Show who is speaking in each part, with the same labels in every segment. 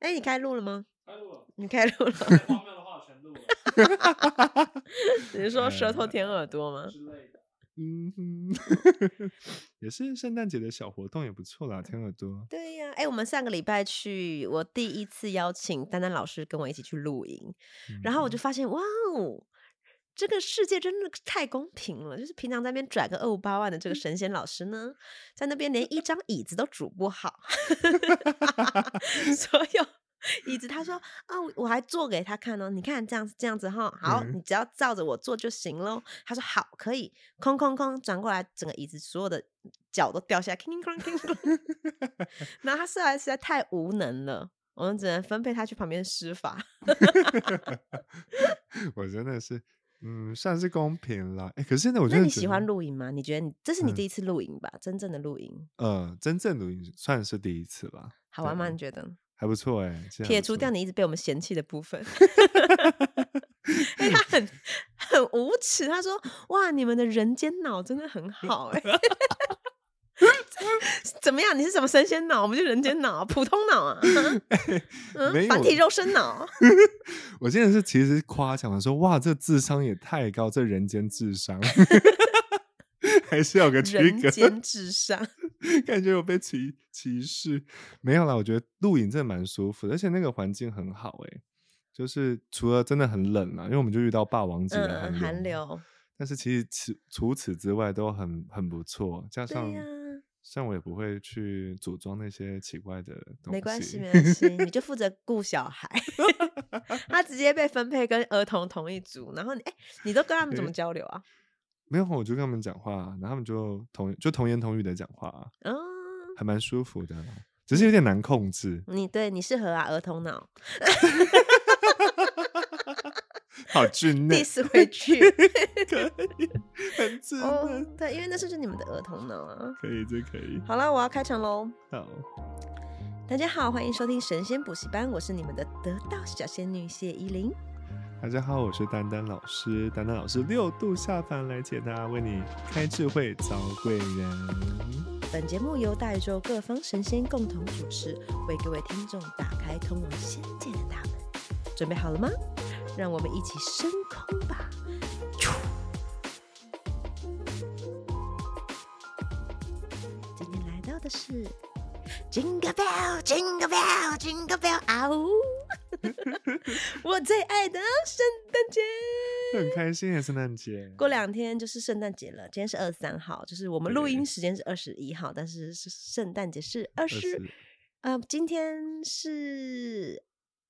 Speaker 1: 哎，你开录了吗？
Speaker 2: 开录了，
Speaker 1: 你开录了？
Speaker 2: 太荒谬的话全录了
Speaker 1: 你是说舌头舔耳朵吗？
Speaker 2: 之类的。
Speaker 3: 嗯哼， 也是圣诞节的小活动也不错啦，
Speaker 1: 嗯
Speaker 3: 天耳朵。
Speaker 1: 对呀、哎，我们上个礼拜去，我第一次邀请丹丹老师跟我一起去露营，
Speaker 3: 嗯
Speaker 1: 然后我就发现，哇哦，这个世界真的太公平了！就是平常在那边拽个二五八万的这个神仙老师呢，在那边连一张椅子都煮不好， 所有。椅子，他说啊，我我还做给他看哦，你看这样子这样子哈，好，
Speaker 3: 嗯
Speaker 1: 你只要照着我做就行喽。他说好，可以，空空空，转过来，整个椅子所有的脚都掉下来，叮叮哐叮哐。 然后他实在实在太无能了，我们只能分配他去旁边施法。
Speaker 3: 我真的是，嗯，算是公平啦。哎、可是呢，我
Speaker 1: 那
Speaker 3: 真的
Speaker 1: 你
Speaker 3: 觉
Speaker 1: 喜欢
Speaker 3: 得，
Speaker 1: 露营吗？你觉得你这是你
Speaker 3: 嗯
Speaker 1: 第一次露营吧？真正的露营
Speaker 3: 呃，真正露营算是第一次啦，
Speaker 1: 好玩吗？
Speaker 3: 对
Speaker 1: 你觉得？
Speaker 3: 还不错哎、欸。其实还
Speaker 1: 撇
Speaker 3: 不
Speaker 1: 除
Speaker 3: 错
Speaker 1: 掉，你一直被我们嫌弃的部分， 因为他 很很无耻。他说：“哇，你们的人间脑真的很好 哎、怎么样？你是什么神仙脑？我们就人间脑，普通脑啊，
Speaker 3: 没
Speaker 1: 嗯，
Speaker 3: 有
Speaker 1: 繁体肉身脑。
Speaker 3: 我真的是其实夸奖的说，哇，这智商也太高，这人间 智商。 还是有个区
Speaker 1: 人
Speaker 3: 隔，
Speaker 1: 间至上。
Speaker 3: 感觉有被歧歧视。没有啦，我觉得露营真的蛮舒服的，而且那个环境很好诶、就是除了真的很冷啦，因为我们就遇到霸王级
Speaker 1: 嗯
Speaker 3: 的寒
Speaker 1: 嗯，
Speaker 3: 流，
Speaker 1: 寒流。
Speaker 3: 但是其实除除此之外都很很不错，加
Speaker 1: 对
Speaker 3: 上、
Speaker 1: 呀
Speaker 3: 像我也不会去组装那些奇怪的东西，
Speaker 1: 没关系，没关系，你 就负责顾小孩。 他直接被分配跟儿童同一组，然后你哎、你都跟他们怎么
Speaker 3: 对
Speaker 1: 交流啊？
Speaker 3: 没有，我就跟他们讲话，啊然后他们就同就童言童语的讲话，
Speaker 1: 啊、
Speaker 3: 还蛮舒服的，只是有点难 控制，
Speaker 1: 你对你适合啊，儿童脑
Speaker 3: 好稚嫩，
Speaker 1: diss 回去
Speaker 3: 很稚
Speaker 1: 哦
Speaker 3: 嫩，，
Speaker 1: 对，因为那是不是你们的儿童脑啊？
Speaker 3: 可以，这可以，
Speaker 1: 好了，我要开场喽。
Speaker 3: 好，
Speaker 1: 大家好，欢迎收听神仙补习班，我是你们的得道小仙女谢依霖。
Speaker 3: 大家好，我是丹丹老师，丹丹老师六度下凡来解答，为你开智慧找贵人，
Speaker 1: 本节目由大宇宙各方神仙共同主持，为各位听众打开通往仙界的大门。准备好了吗？让我们一起升空吧！啾今天来到的是 Jingle Bell, Jingle Bell, Jingle Bell，啊呜！ 我最爱的圣诞节。
Speaker 3: 很开心耶，圣诞节，
Speaker 1: 过两天就是圣诞节了，今天是二十三号，就是我们录
Speaker 3: 对
Speaker 1: 音时间是二十一号，但是是圣诞节是二十
Speaker 3: 20，
Speaker 1: 呃，今天是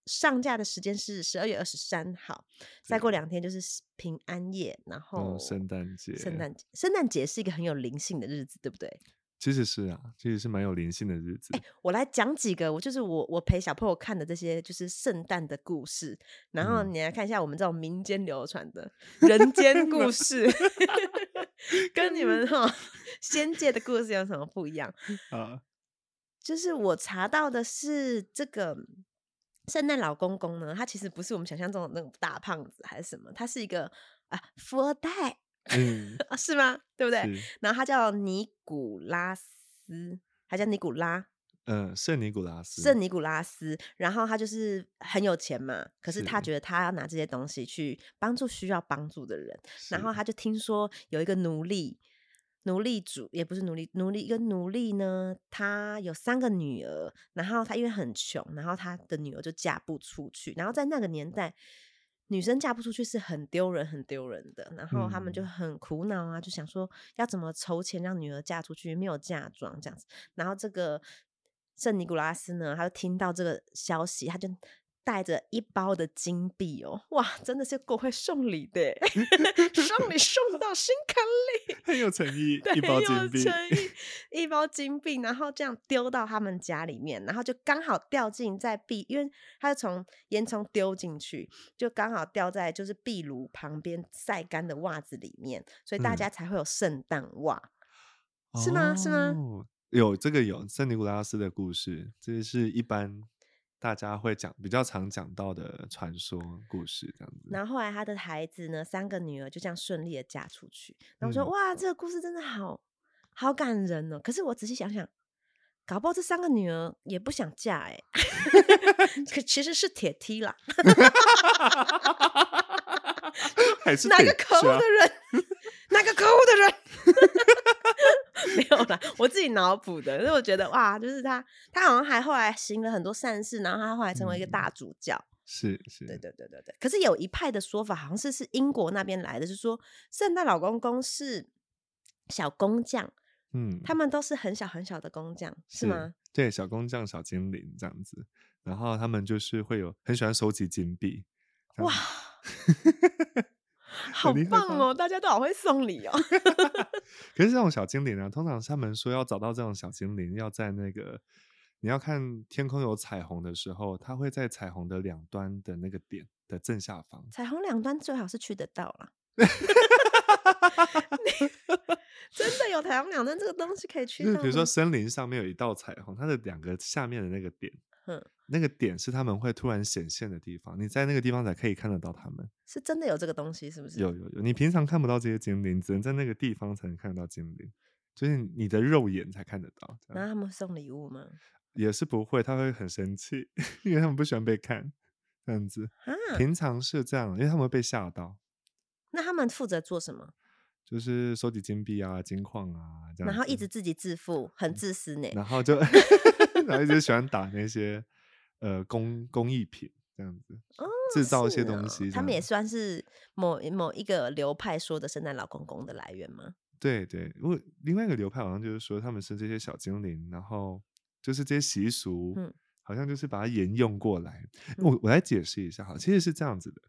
Speaker 1: 上架的时间是十二月二十三号，再
Speaker 3: 对
Speaker 1: 过两天就是平安夜，然后
Speaker 3: 嗯，圣诞节，
Speaker 1: 哦圣诞节，圣诞节是一个很有灵性的日子，对不对？
Speaker 3: 其实是啊，其实是蛮有灵性的日子。
Speaker 1: 我来讲几个，我就是我我陪小朋友看的这些就是圣诞的故事，然后
Speaker 3: 嗯
Speaker 1: 你来看一下我们这种民间流传的人 间故事，跟你们哈、仙界的故事有什么不一样？
Speaker 3: 啊，
Speaker 1: 就是我查到的是这个圣诞老公公呢，他其实不是我们想象中的那种大胖子还是什么，他是一个啊富二代
Speaker 3: 嗯，
Speaker 1: 啊，是吗？对不对？
Speaker 3: 是，
Speaker 1: 然后他叫尼古拉斯，他叫尼古拉，
Speaker 3: 嗯，圣尼古拉斯，
Speaker 1: 圣尼古拉斯，然后他就是很有钱嘛，可是他
Speaker 3: 是
Speaker 1: 觉得他要拿这些东西去帮助需要帮助的人，然
Speaker 3: 是
Speaker 1: 后他就听说有一个奴隶，奴隶主也不是奴隶，奴隶一个奴隶呢，他有三个女儿，然后他因为很穷，然后他的女儿就嫁不出去，然后在那个年代。女生嫁不出去是很丢人、很丢人的，然后他们就
Speaker 3: 嗯
Speaker 1: 很苦恼啊，就想说要怎么筹钱让女儿嫁出去，没有嫁妆这样子。然后这个圣尼古拉斯呢，他就听到这个消息，他就带着一包的金币哦，哇，真的是够会送礼的耶，送礼送到心坎里，
Speaker 3: 很有诚意，
Speaker 1: 对
Speaker 3: 一包
Speaker 1: 很有
Speaker 3: 金币，
Speaker 1: 诚意 一包金币，然后这样丢到他们家里面，然后就刚好掉进在壁，因为他就从烟囱丢进去，就刚好掉在就是壁炉旁边晒干的袜子里面，所以大
Speaker 3: 嗯
Speaker 1: 家才会有圣诞袜。是吗是吗
Speaker 3: 哦？有这个有圣尼古拉斯的故事，这是一般大家会讲比较常讲到的传说故事，这样子。
Speaker 1: 然后后来他的孩子呢，三个女儿就这样顺利的嫁出去。然后我说、
Speaker 3: 嗯
Speaker 1: 哇，这个故事真的好好感人哦。可是我仔细想想，搞不好这三个女儿也不想嫁哎、 可其实是铁梯啦，
Speaker 3: 还是啊
Speaker 1: 哪
Speaker 3: 得
Speaker 1: 个可啊恶
Speaker 3: 加
Speaker 1: 的人，哪个可恶的人， 没有啦，我自己脑补的，因为我觉得哇，就是他，他好像还后来行了很多善事，然后他后来成为一个
Speaker 3: 嗯
Speaker 1: 大主教，
Speaker 3: 是
Speaker 1: 对
Speaker 3: 是，
Speaker 1: 对对对对。可是有一派的说法，好像是是英国那边来的，是说圣诞老公公是小工匠，
Speaker 3: 嗯，
Speaker 1: 他们都是很小很小的工匠，是吗？？
Speaker 3: 对，小工匠、小精灵这样子，然后他们就是会有很喜欢收集金币，这样
Speaker 1: 哇，
Speaker 3: 子
Speaker 1: 好
Speaker 3: 厉害
Speaker 1: 棒
Speaker 3: 吧
Speaker 1: 哦！大家都好会送礼哦。
Speaker 3: 可是这种小精灵啊，通常他们说要找到这种小精灵，要在那个你要看天空有彩虹的时候，它会在彩虹的两端的那个点的正下方。
Speaker 1: 彩虹两端最好是去得到啦。 真的有彩虹两端这个东西可以去
Speaker 3: 就
Speaker 1: 到
Speaker 3: 是
Speaker 1: 吗？
Speaker 3: 比如说森林上面有一道彩虹，它的两个下面的那个点，
Speaker 1: 嗯
Speaker 3: 那个点是他们会突然显现的地方，你在那个地方才可以看得到他们。
Speaker 1: 是真的有这个东西，是不是？
Speaker 3: 有有有，你平常看不到这些精灵，只能在那个地方才能看得到精灵，就是你的肉眼才看得到。这
Speaker 1: 然
Speaker 3: 样
Speaker 1: 后他们送礼物吗？
Speaker 3: 也是不会，他会很生气， 因为他们不喜欢被看，这样子。
Speaker 1: 啊，
Speaker 3: 平常是这样，因为他们会被吓到，
Speaker 1: 那他们负责做什么？
Speaker 3: 就是收集金币啊、金矿啊这样。嗯
Speaker 1: 然后一直，自给自富，很自私呢。
Speaker 3: 然后就， 然后一直喜欢打那些呃工工艺品这样子，
Speaker 1: 哦
Speaker 3: 制造一
Speaker 1: 是
Speaker 3: 些
Speaker 1: 哦
Speaker 3: 东西这样。
Speaker 1: 他们也算是某某一个流派说的圣诞老公公的来源吗？
Speaker 3: 对对，因为另外一个流派好像就是说他们是这些小精灵，然后就是这些习俗，
Speaker 1: 嗯
Speaker 3: 好像就是把它沿用过来。我我来解释一下哈，其实是这样子的，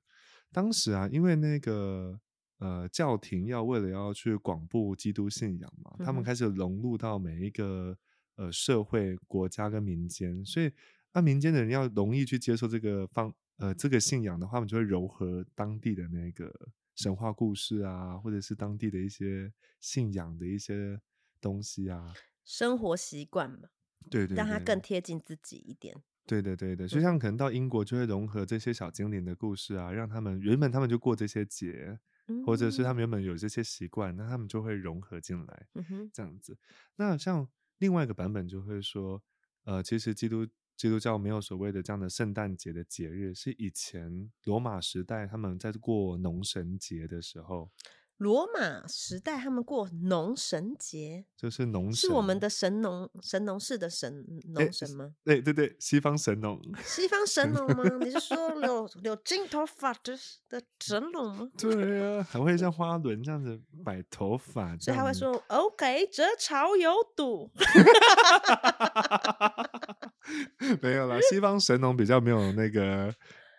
Speaker 3: 当时啊，因为那个呃教廷要为了要去广布基督信仰嘛，
Speaker 1: 嗯
Speaker 3: 他们
Speaker 1: 哼
Speaker 3: 开始融入到每一个呃社会、国家跟民间，所以那、民间的人要容易去接受这个方呃这个信仰的话，他们就会柔合当地的那个神话故事啊，或者是当地的一些信仰的一些东西啊。
Speaker 1: 生活习惯嘛，
Speaker 3: 对对，
Speaker 1: 让它
Speaker 3: 对
Speaker 1: 更贴近自己一点。
Speaker 3: 对对对对，就
Speaker 1: 嗯
Speaker 3: 像可能到英国就会融合这些小精灵的故事啊，让他们原本他们就过这些节，或者是他
Speaker 1: 嗯
Speaker 3: 们原本有这些习惯，那他们就会融合进来。
Speaker 1: 嗯哼，
Speaker 3: 这样子。那像另外一个版本就会说，呃，其实基督基督教没有所谓的这样的圣诞节的节日，是以前罗马时代他们在过农神节的时候，
Speaker 1: 罗马时代他们过农神节，
Speaker 3: 就是农神
Speaker 1: 是我们的神农神农氏的神农神 吗？
Speaker 3: 对对对，西方神农，
Speaker 1: 西方神农吗？你是说有有金头发的的神农吗？
Speaker 3: 对啊，还 会像花轮这样子摆头发，
Speaker 1: 所以他会。说 “OK，这朝有赌
Speaker 3: 没有啦，西方神农比较没有那个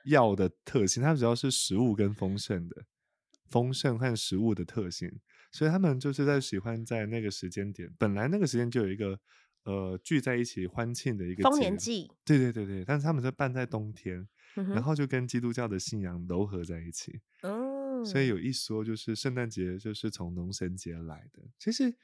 Speaker 3: 药的特性，它主要是食物跟丰盛的丰盛和食物的特性，所以他们就是在喜欢在那个时间点，本来那个时间就有一个呃聚在一起欢庆的一”，个
Speaker 1: 丰
Speaker 3: 节
Speaker 1: 年
Speaker 3: 日，
Speaker 1: 祭。
Speaker 3: 对对对对，但是他们在办在冬天，
Speaker 1: 嗯
Speaker 3: 然
Speaker 1: 哼，
Speaker 3: 后就跟基督教的信仰糅合在一起，
Speaker 1: 嗯，
Speaker 3: 所以有一说就是圣诞节就是从农神节来的。其实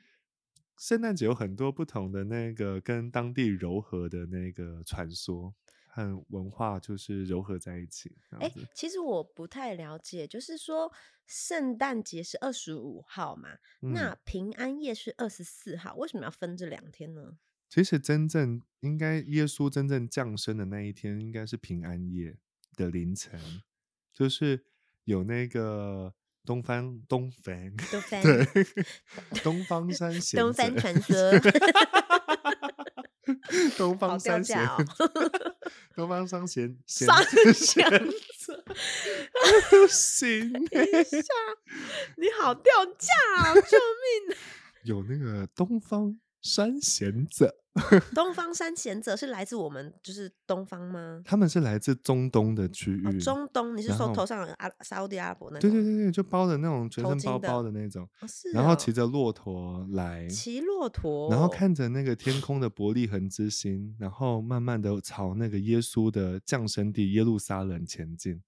Speaker 3: 圣诞节有很多不同的那个跟当地柔和的那个传说和文化，就是柔合在一起。
Speaker 1: 哎、
Speaker 3: 哎，
Speaker 1: 其实我不太了解，就是说圣诞节是二十五号嘛，
Speaker 3: 嗯
Speaker 1: 那平安夜是二十四号，为什么要分这两天呢？
Speaker 3: 其实真正应该耶稣真正降生的那一天，应该是平安夜的凌晨，就是有那个东方东方
Speaker 1: 东方
Speaker 3: 对 东方山贤
Speaker 1: 东方
Speaker 3: 者
Speaker 1: 传 说，
Speaker 3: 东
Speaker 1: 好掉
Speaker 3: 方三
Speaker 1: 价
Speaker 3: 贤
Speaker 1: 哦
Speaker 3: 东方商贤贤
Speaker 1: 上
Speaker 3: 贤
Speaker 1: 讲
Speaker 3: 贤
Speaker 1: 者，
Speaker 3: 行
Speaker 1: 等一下，你好掉价啊！救 命！
Speaker 3: 有那个东方山贤者，
Speaker 1: 东方三贤者是来自我们就是东方吗？
Speaker 3: 他们是来自中东的区
Speaker 1: 哦
Speaker 3: 域，，
Speaker 1: 中东，你是
Speaker 3: 嗯然
Speaker 1: 说
Speaker 3: 后
Speaker 1: 头上有阿沙地阿拉伯那
Speaker 3: 对
Speaker 1: 种？
Speaker 3: 对对对，就包着那种全
Speaker 1: 头
Speaker 3: 身
Speaker 1: 巾
Speaker 3: 包
Speaker 1: 的
Speaker 3: 包的那种，
Speaker 1: 哦是
Speaker 3: 然后
Speaker 1: 哦
Speaker 3: 骑着骆驼来，
Speaker 1: 骑骆驼，
Speaker 3: 然后看着那个天空的伯利恒之星，然后慢慢的朝那个耶稣的降生地耶路撒冷前进。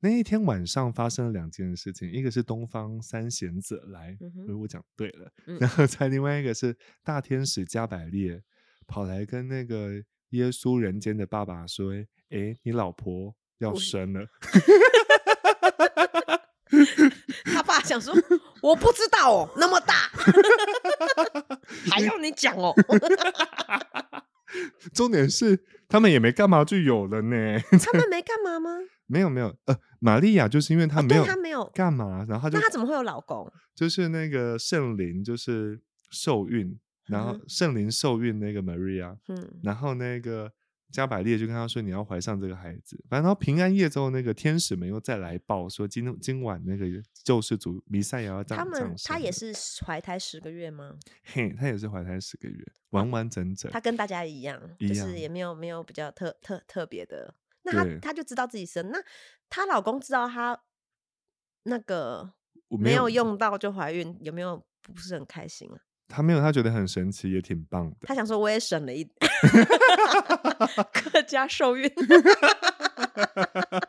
Speaker 3: 那一天晚上发生了两件事情，一个是东方三贤者来，
Speaker 1: 嗯哼
Speaker 3: 如果讲对了，
Speaker 1: 嗯
Speaker 3: 然后再另外一个是大天使加百列跑来跟那个耶稣人间的爸爸说：“诶，你老婆要
Speaker 1: 我
Speaker 3: 生了。”
Speaker 1: 他爸想说，我不知道哦，那么大，还要你讲哦？
Speaker 3: 重点是他们也没干嘛就有了呢。
Speaker 1: 他们没干嘛吗？
Speaker 3: 没有没有，呃，玛利亚就是因为她
Speaker 1: 哦
Speaker 3: 没
Speaker 1: 对
Speaker 3: 有
Speaker 1: 她没有
Speaker 3: 干嘛，然后她就
Speaker 1: 那她怎么会有老公？
Speaker 3: 就是那个圣灵就是受孕，然后
Speaker 1: 嗯哼
Speaker 3: 圣灵受孕那个 Maria，
Speaker 1: 嗯，
Speaker 3: 然后那个加百列就跟他说你要怀上这个孩子，反正然后平安夜之后，那个天使们又再来报说今今晚那个救世主弥赛亚要降
Speaker 1: 他们
Speaker 3: 降生
Speaker 1: 她也
Speaker 3: 了
Speaker 1: 是怀胎十个月吗？
Speaker 3: 嘿，他也是怀胎十个月，完完整整
Speaker 1: 她。跟大家一样，
Speaker 3: 一
Speaker 1: 就是
Speaker 3: 样
Speaker 1: 也没有没有比较特特特别的。那她
Speaker 3: 对
Speaker 1: 她就知道自己生，那她老公知道她那个
Speaker 3: 我
Speaker 1: 没有，用到就怀孕，有没有不是很开心啊？
Speaker 3: 他没有，他觉得很神奇，也挺棒的。
Speaker 1: 她想说我也省了一客家受 孕，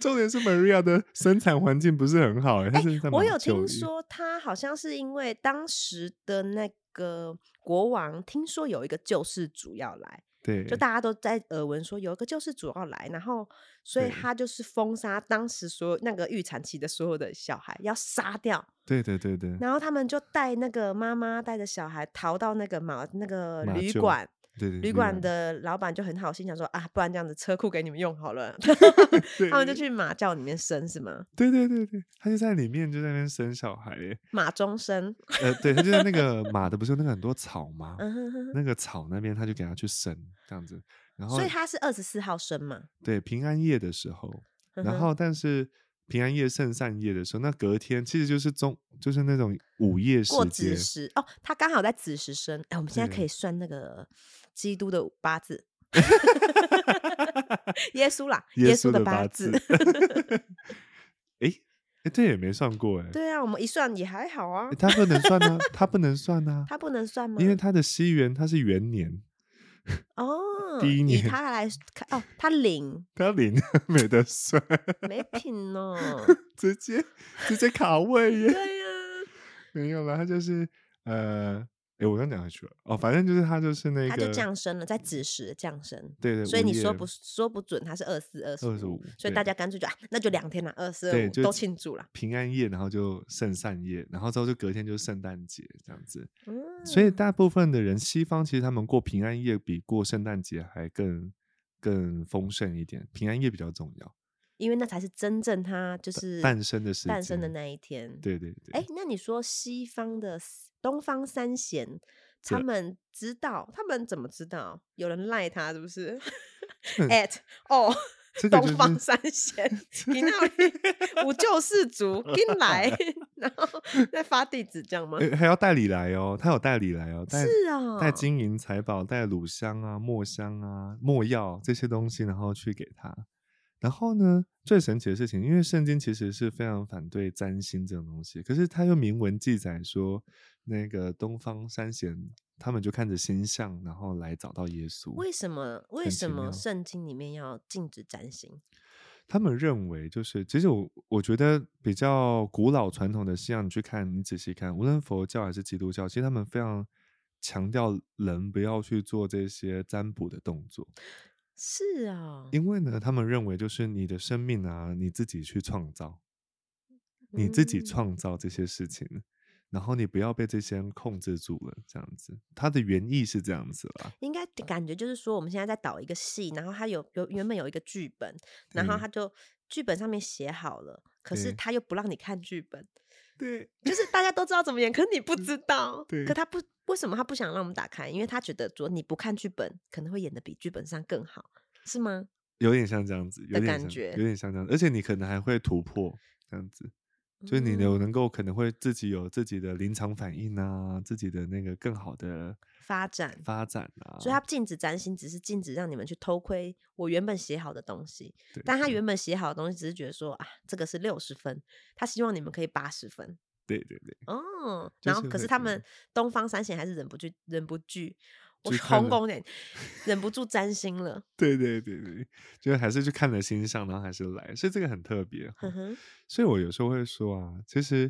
Speaker 3: 重点是 Maria 的生产环境不是很好、欸，她是在
Speaker 1: 哎我
Speaker 3: 马
Speaker 1: 有
Speaker 3: 厩
Speaker 1: 听
Speaker 3: 里，
Speaker 1: 说她好像是因为当时的那个国王，听说有一个救世主要来。
Speaker 3: 对，
Speaker 1: 就大家都在耳闻说有一个救世主要来，然后所以
Speaker 3: 对
Speaker 1: 他就是封杀当时所有那个预产期的所有的小孩，要杀掉，
Speaker 3: 对对对对
Speaker 1: 然后他们就带那个妈妈带着小孩逃到那个马那个
Speaker 3: 马
Speaker 1: 旅
Speaker 3: 厩
Speaker 1: 馆，
Speaker 3: 对对，
Speaker 1: 旅馆的老板就很好心想说啊，不然这样子车库给你们用好 了，
Speaker 3: 对，
Speaker 1: 他们就去马厩里面生是吗？
Speaker 3: 对对对对，他就在里面就在那边生小孩耶，
Speaker 1: 马中生，
Speaker 3: 呃，对，他就在那个马的不是有那个很多草吗？
Speaker 1: 嗯哼哼哼
Speaker 3: 那个草那边他就给他去生这样子，然后
Speaker 1: 所以他是二十四号生嘛，
Speaker 3: 对平安夜的时候，
Speaker 1: 嗯
Speaker 3: 然
Speaker 1: 哼
Speaker 3: 后但是平安夜圣善夜的时候，那隔天其实就是中就是那种午夜时嗯
Speaker 1: 过子，
Speaker 3: 节
Speaker 1: 时哦，他刚好在子时生，哎，我们现在可
Speaker 3: 对
Speaker 1: 以算那个基督的八字。 耶稣啦，耶
Speaker 3: 耶
Speaker 1: 稣
Speaker 3: 的
Speaker 1: 八
Speaker 3: 字。 哎哎，这也没算过哎，
Speaker 1: 对啊，我们一算也还好啊
Speaker 3: 诶，他不能算啊，他不能算啊，
Speaker 1: 他不能算吗？
Speaker 3: 因为他的西元他是元年，
Speaker 1: 哦，
Speaker 3: 第一
Speaker 1: 以
Speaker 3: 年
Speaker 1: 他来看哦，他零
Speaker 3: 他零没得算，
Speaker 1: 没品 哦，
Speaker 3: 直接直接卡位耶。
Speaker 1: 对呀、
Speaker 3: 没有啦，他就是呃，哎，我刚讲回去了哦，反正就是他就是那个，
Speaker 1: 他就降生了，在子时降生。
Speaker 3: 对对，
Speaker 1: 所以
Speaker 3: 午
Speaker 1: 你说
Speaker 3: 夜
Speaker 1: 不说不准他是二四二
Speaker 3: 25
Speaker 1: 所以大
Speaker 3: 对
Speaker 1: 家干脆就啊，那就两天啦，二四二
Speaker 3: 对
Speaker 1: 五
Speaker 3: 就
Speaker 1: 都庆祝啦。
Speaker 3: 平安夜，然后就圣善夜，然后之后就隔天就是圣诞节这样子。
Speaker 1: 嗯，
Speaker 3: 所以大部分的人，西方其实他们过平安夜比过圣诞节还更更丰盛一点，平安夜比较重要，
Speaker 1: 因为那才是真正他就是
Speaker 3: 呃诞生的时
Speaker 1: 诞生的
Speaker 3: 间
Speaker 1: 那一天。
Speaker 3: 对对对，
Speaker 1: 哎，那你说西方的四东方三贤，他
Speaker 3: 对
Speaker 1: 们知道，他们怎么知道？有人赖他是不 是
Speaker 3: 嗯
Speaker 1: ？at 哦，
Speaker 3: 这个
Speaker 1: 东
Speaker 3: 就是
Speaker 1: 方三贤，你那里 五救世族跟来， 然后再发地址这样吗？
Speaker 3: 诶还要带礼来哦，他有带礼来哦，带
Speaker 1: 是啊，
Speaker 3: 带金银财宝、带乳香啊、墨香啊、墨药这些东西，然后去给他。然后呢，最神奇的事情，因为圣经其实是非常反对占星这种东西，可是他又明文记载说，那个东方三贤他们就看着星象，然后来找到耶稣。
Speaker 1: 为什么？为
Speaker 3: 很
Speaker 1: 什
Speaker 3: 奇
Speaker 1: 么
Speaker 3: 妙
Speaker 1: 圣经里面要禁止占星？
Speaker 3: 他们认为，就是其实我我觉得比较古老传统的信仰，你去看，你仔细看，无论佛教还是基督教，其实他们非常强调人不要去做这些占卜的动作。
Speaker 1: 是啊，
Speaker 3: 因为呢，他们认为就是你的生命啊，你自己去创造，你自己
Speaker 1: 嗯
Speaker 3: 创造这些事情，然后你不要被这些人控制住了，这样子。它的原意是这样子 啦，
Speaker 1: 应该感觉就是说，我们现在在导一个戏，然后它有有原本有一个剧本，然后
Speaker 3: 对
Speaker 1: 他就剧本上面写好了，可是
Speaker 3: 嗯对
Speaker 1: 他又不让你看剧本，
Speaker 3: 对
Speaker 1: 就是大家都知道怎么演，可是你不知道，
Speaker 3: 嗯对
Speaker 1: 可他不为什么他不想让我们打开？因为他觉得说你不看剧本，可能会演的比剧本上更好，是吗？
Speaker 3: 有点像这样子，有
Speaker 1: 的
Speaker 3: 点
Speaker 1: 感
Speaker 3: 像
Speaker 1: 觉
Speaker 3: 有点像这样，而且你可能还会突破这样子。就是你有
Speaker 1: 嗯
Speaker 3: 能够可能会自己有自己的临场反应啊，自己的那个更好的
Speaker 1: 发展。
Speaker 3: 发展啊。
Speaker 1: 所以他禁止占星，只是禁止让你们去偷窥我原本写好的东西。
Speaker 3: 对
Speaker 1: 但他
Speaker 3: 对
Speaker 1: 原本写好的东西，只是觉得说啊，这个是六十分，他希望你们可以八十分。
Speaker 3: 对对对，
Speaker 1: 哦，
Speaker 3: 就
Speaker 1: 然后
Speaker 3: 是
Speaker 1: 可
Speaker 3: 会
Speaker 1: 是他
Speaker 3: 这
Speaker 1: 们
Speaker 3: 样
Speaker 1: 东方三贤还是忍不住忍不住，我
Speaker 3: 去看
Speaker 1: 红
Speaker 3: 了
Speaker 1: 狗脸忍不住占星了。
Speaker 3: 对对对对，就是还是去看了星象，然后还是来，所以这个很特别哈。
Speaker 1: 哼哼，
Speaker 3: 所以我有时候会说啊，其实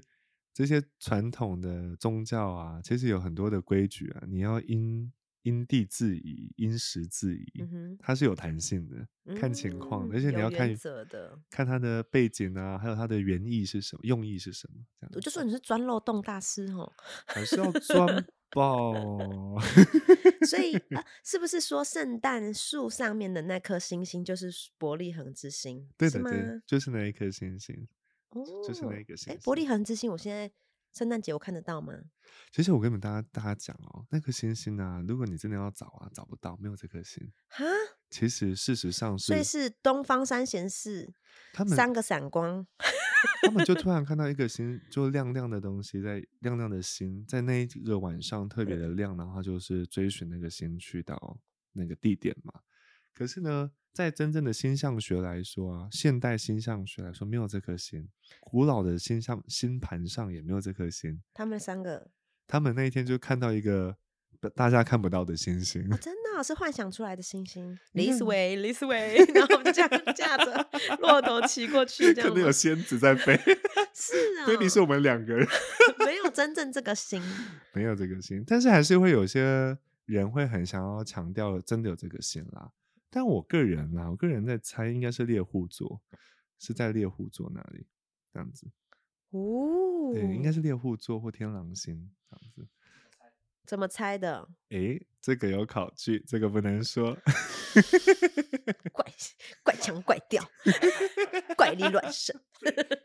Speaker 3: 这些传统的宗教啊，其实有很多的规矩啊，你要因因地制宜，因时制宜，
Speaker 1: 嗯哼
Speaker 3: 它是有弹性的，看情况的，而
Speaker 1: 嗯
Speaker 3: 且你
Speaker 1: 有
Speaker 3: 要
Speaker 1: 原
Speaker 3: 看
Speaker 1: 则的
Speaker 3: 看它的背景啊，还有它的原意是什么，用意是什么，这样
Speaker 1: 我就
Speaker 3: 子
Speaker 1: 说你是钻漏洞大师哦，
Speaker 3: 还是要钻爆！
Speaker 1: 所以、呃是不是说圣诞树上面的那颗星星就是伯利恒之星？
Speaker 3: 对
Speaker 1: 是
Speaker 3: 的，
Speaker 1: 吗？
Speaker 3: 对，就是那一颗星星。
Speaker 1: 哦，
Speaker 3: 就是那个星
Speaker 1: 哎，伯
Speaker 3: 星
Speaker 1: 利恒之星，我现在圣诞节我看得到吗？
Speaker 3: 其实我跟你们大家大家讲哦，那颗星星啊，如果你真的要找啊，找不到，没有这颗星。
Speaker 1: 哈，
Speaker 3: 其实事实上是
Speaker 1: 所以是东方三贤士
Speaker 3: 他们
Speaker 1: 三个闪光，
Speaker 3: 他们就突然看到一个星，就亮亮的东西在亮亮的星，在那一个晚上特别的亮，然后他就是追寻那个星去到那个地点嘛。可是呢，在真正的星象学来说啊，现代星象学来说没有这颗星，古老的星象星盘上也没有这颗星。
Speaker 1: 他们三个
Speaker 3: 他们那一天就看到一个大家看不到的星星
Speaker 1: 哦，，真的哦、是幻想出来的星星。
Speaker 3: 你
Speaker 1: 李
Speaker 3: 看
Speaker 1: 思维，李思 维，然后我们就这样架着骆驼骑过去，这
Speaker 3: 可
Speaker 1: 样
Speaker 3: 能有
Speaker 1: 吗？
Speaker 3: 仙子在飞，
Speaker 1: 是啊、
Speaker 3: 所以你是我们两个人。
Speaker 1: 没有真正这个星。
Speaker 3: 没有这个心，但是还是会有些人会很想要强调真的有这个心啦。但我个人啦，我个人在猜应该是猎户座，是在猎户座那里这样子，
Speaker 1: 哦，
Speaker 3: 对，应该是猎户座或天狼星这样子。
Speaker 1: 怎么猜的？
Speaker 3: 诶，这个有考据，这个不能说。
Speaker 1: 怪怪腔怪 调，怪力乱神。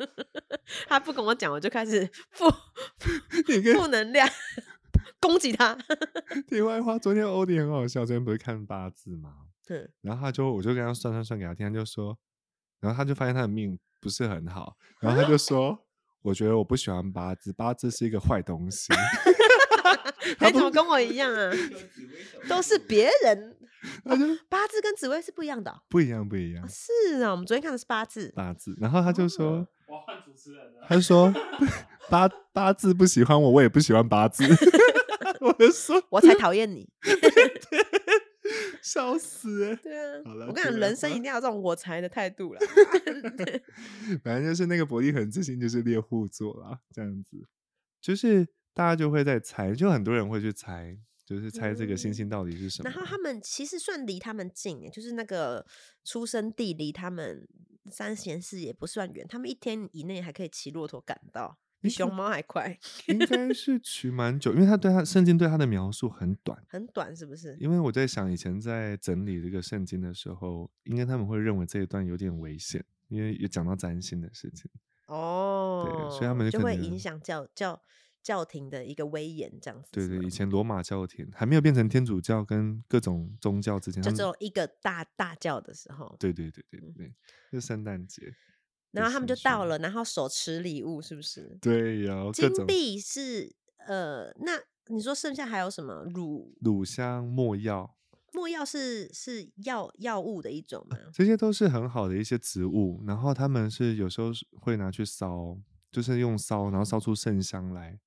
Speaker 1: 他不跟我讲，我就开始负
Speaker 3: 你跟
Speaker 1: 负能量攻击 他。
Speaker 3: 题外话，昨天欧弟很好笑，昨天不是看八字吗？
Speaker 1: 嗯，
Speaker 3: 然后他就我就跟他算算算给他听，他就说，然后他就发现他的命不是很好，然后他就说， 我觉得我不喜欢八字，八字是一个坏东西。
Speaker 1: 哎、怎么跟我一样啊？ 都是别人
Speaker 3: 他就
Speaker 1: 八字跟紫薇是不一样的哦、
Speaker 3: 不一样，不一样
Speaker 1: 啊。哦是啊，我们昨天看的是八字。
Speaker 3: 八字，然后他就说，
Speaker 2: 我要换主持人了。
Speaker 3: 他就说八八字不喜欢我，我也不喜欢八字。 我就说
Speaker 1: 我才讨厌你。
Speaker 3: 笑死、欸，
Speaker 1: 对啊
Speaker 3: 好了
Speaker 1: 我跟你
Speaker 3: 题
Speaker 1: 讲，
Speaker 3: 外
Speaker 1: 人生
Speaker 3: 话
Speaker 1: 一定要有这种我才的态度了。
Speaker 3: 反正就是那个伯利恒之星就是猎户座啦，这样子，就是大家就会在猜，就很多人会去猜，就是猜这个星
Speaker 1: 嗯
Speaker 3: 星到底是什么。
Speaker 1: 然后他们其实算离他们近耶，就是那个出生地离他们三贤寺也不算远，他们一天以内还可以骑骆驼赶到，比
Speaker 3: 诶
Speaker 1: 熊猫还快，
Speaker 3: 应该是取蛮久，因为他对他圣经对他的描述很短。
Speaker 1: 很短是不是？
Speaker 3: 因为我在想，以前在整理这个圣经的时候，应该他们会认为这一段有点危险，因为也讲到占星的事情。
Speaker 1: 哦，
Speaker 3: 啊所以他们就
Speaker 1: 就
Speaker 3: 可
Speaker 1: 会
Speaker 3: 能
Speaker 1: 影响教教教廷的一个威严，这样子。
Speaker 3: 对对，以，前罗马教廷还没有变成天主教跟各种宗教之间，
Speaker 1: 就
Speaker 3: 他们
Speaker 1: 只有一个大大教的时候，
Speaker 3: 对对对对
Speaker 1: 嗯
Speaker 3: 对，就圣诞节，
Speaker 1: 然后他们就到
Speaker 3: 神圣
Speaker 1: 了，然后手持礼物，是不是？
Speaker 3: 对呀，各
Speaker 1: 金
Speaker 3: 种
Speaker 1: 币是呃，那你说剩下还有什么乳
Speaker 3: 乳香、墨药，
Speaker 1: 墨药是是药药物的一种吗？
Speaker 3: 这些都是很好的一些植物，然后他们是有时候是会拿去烧，就是用烧，然后烧出圣香来。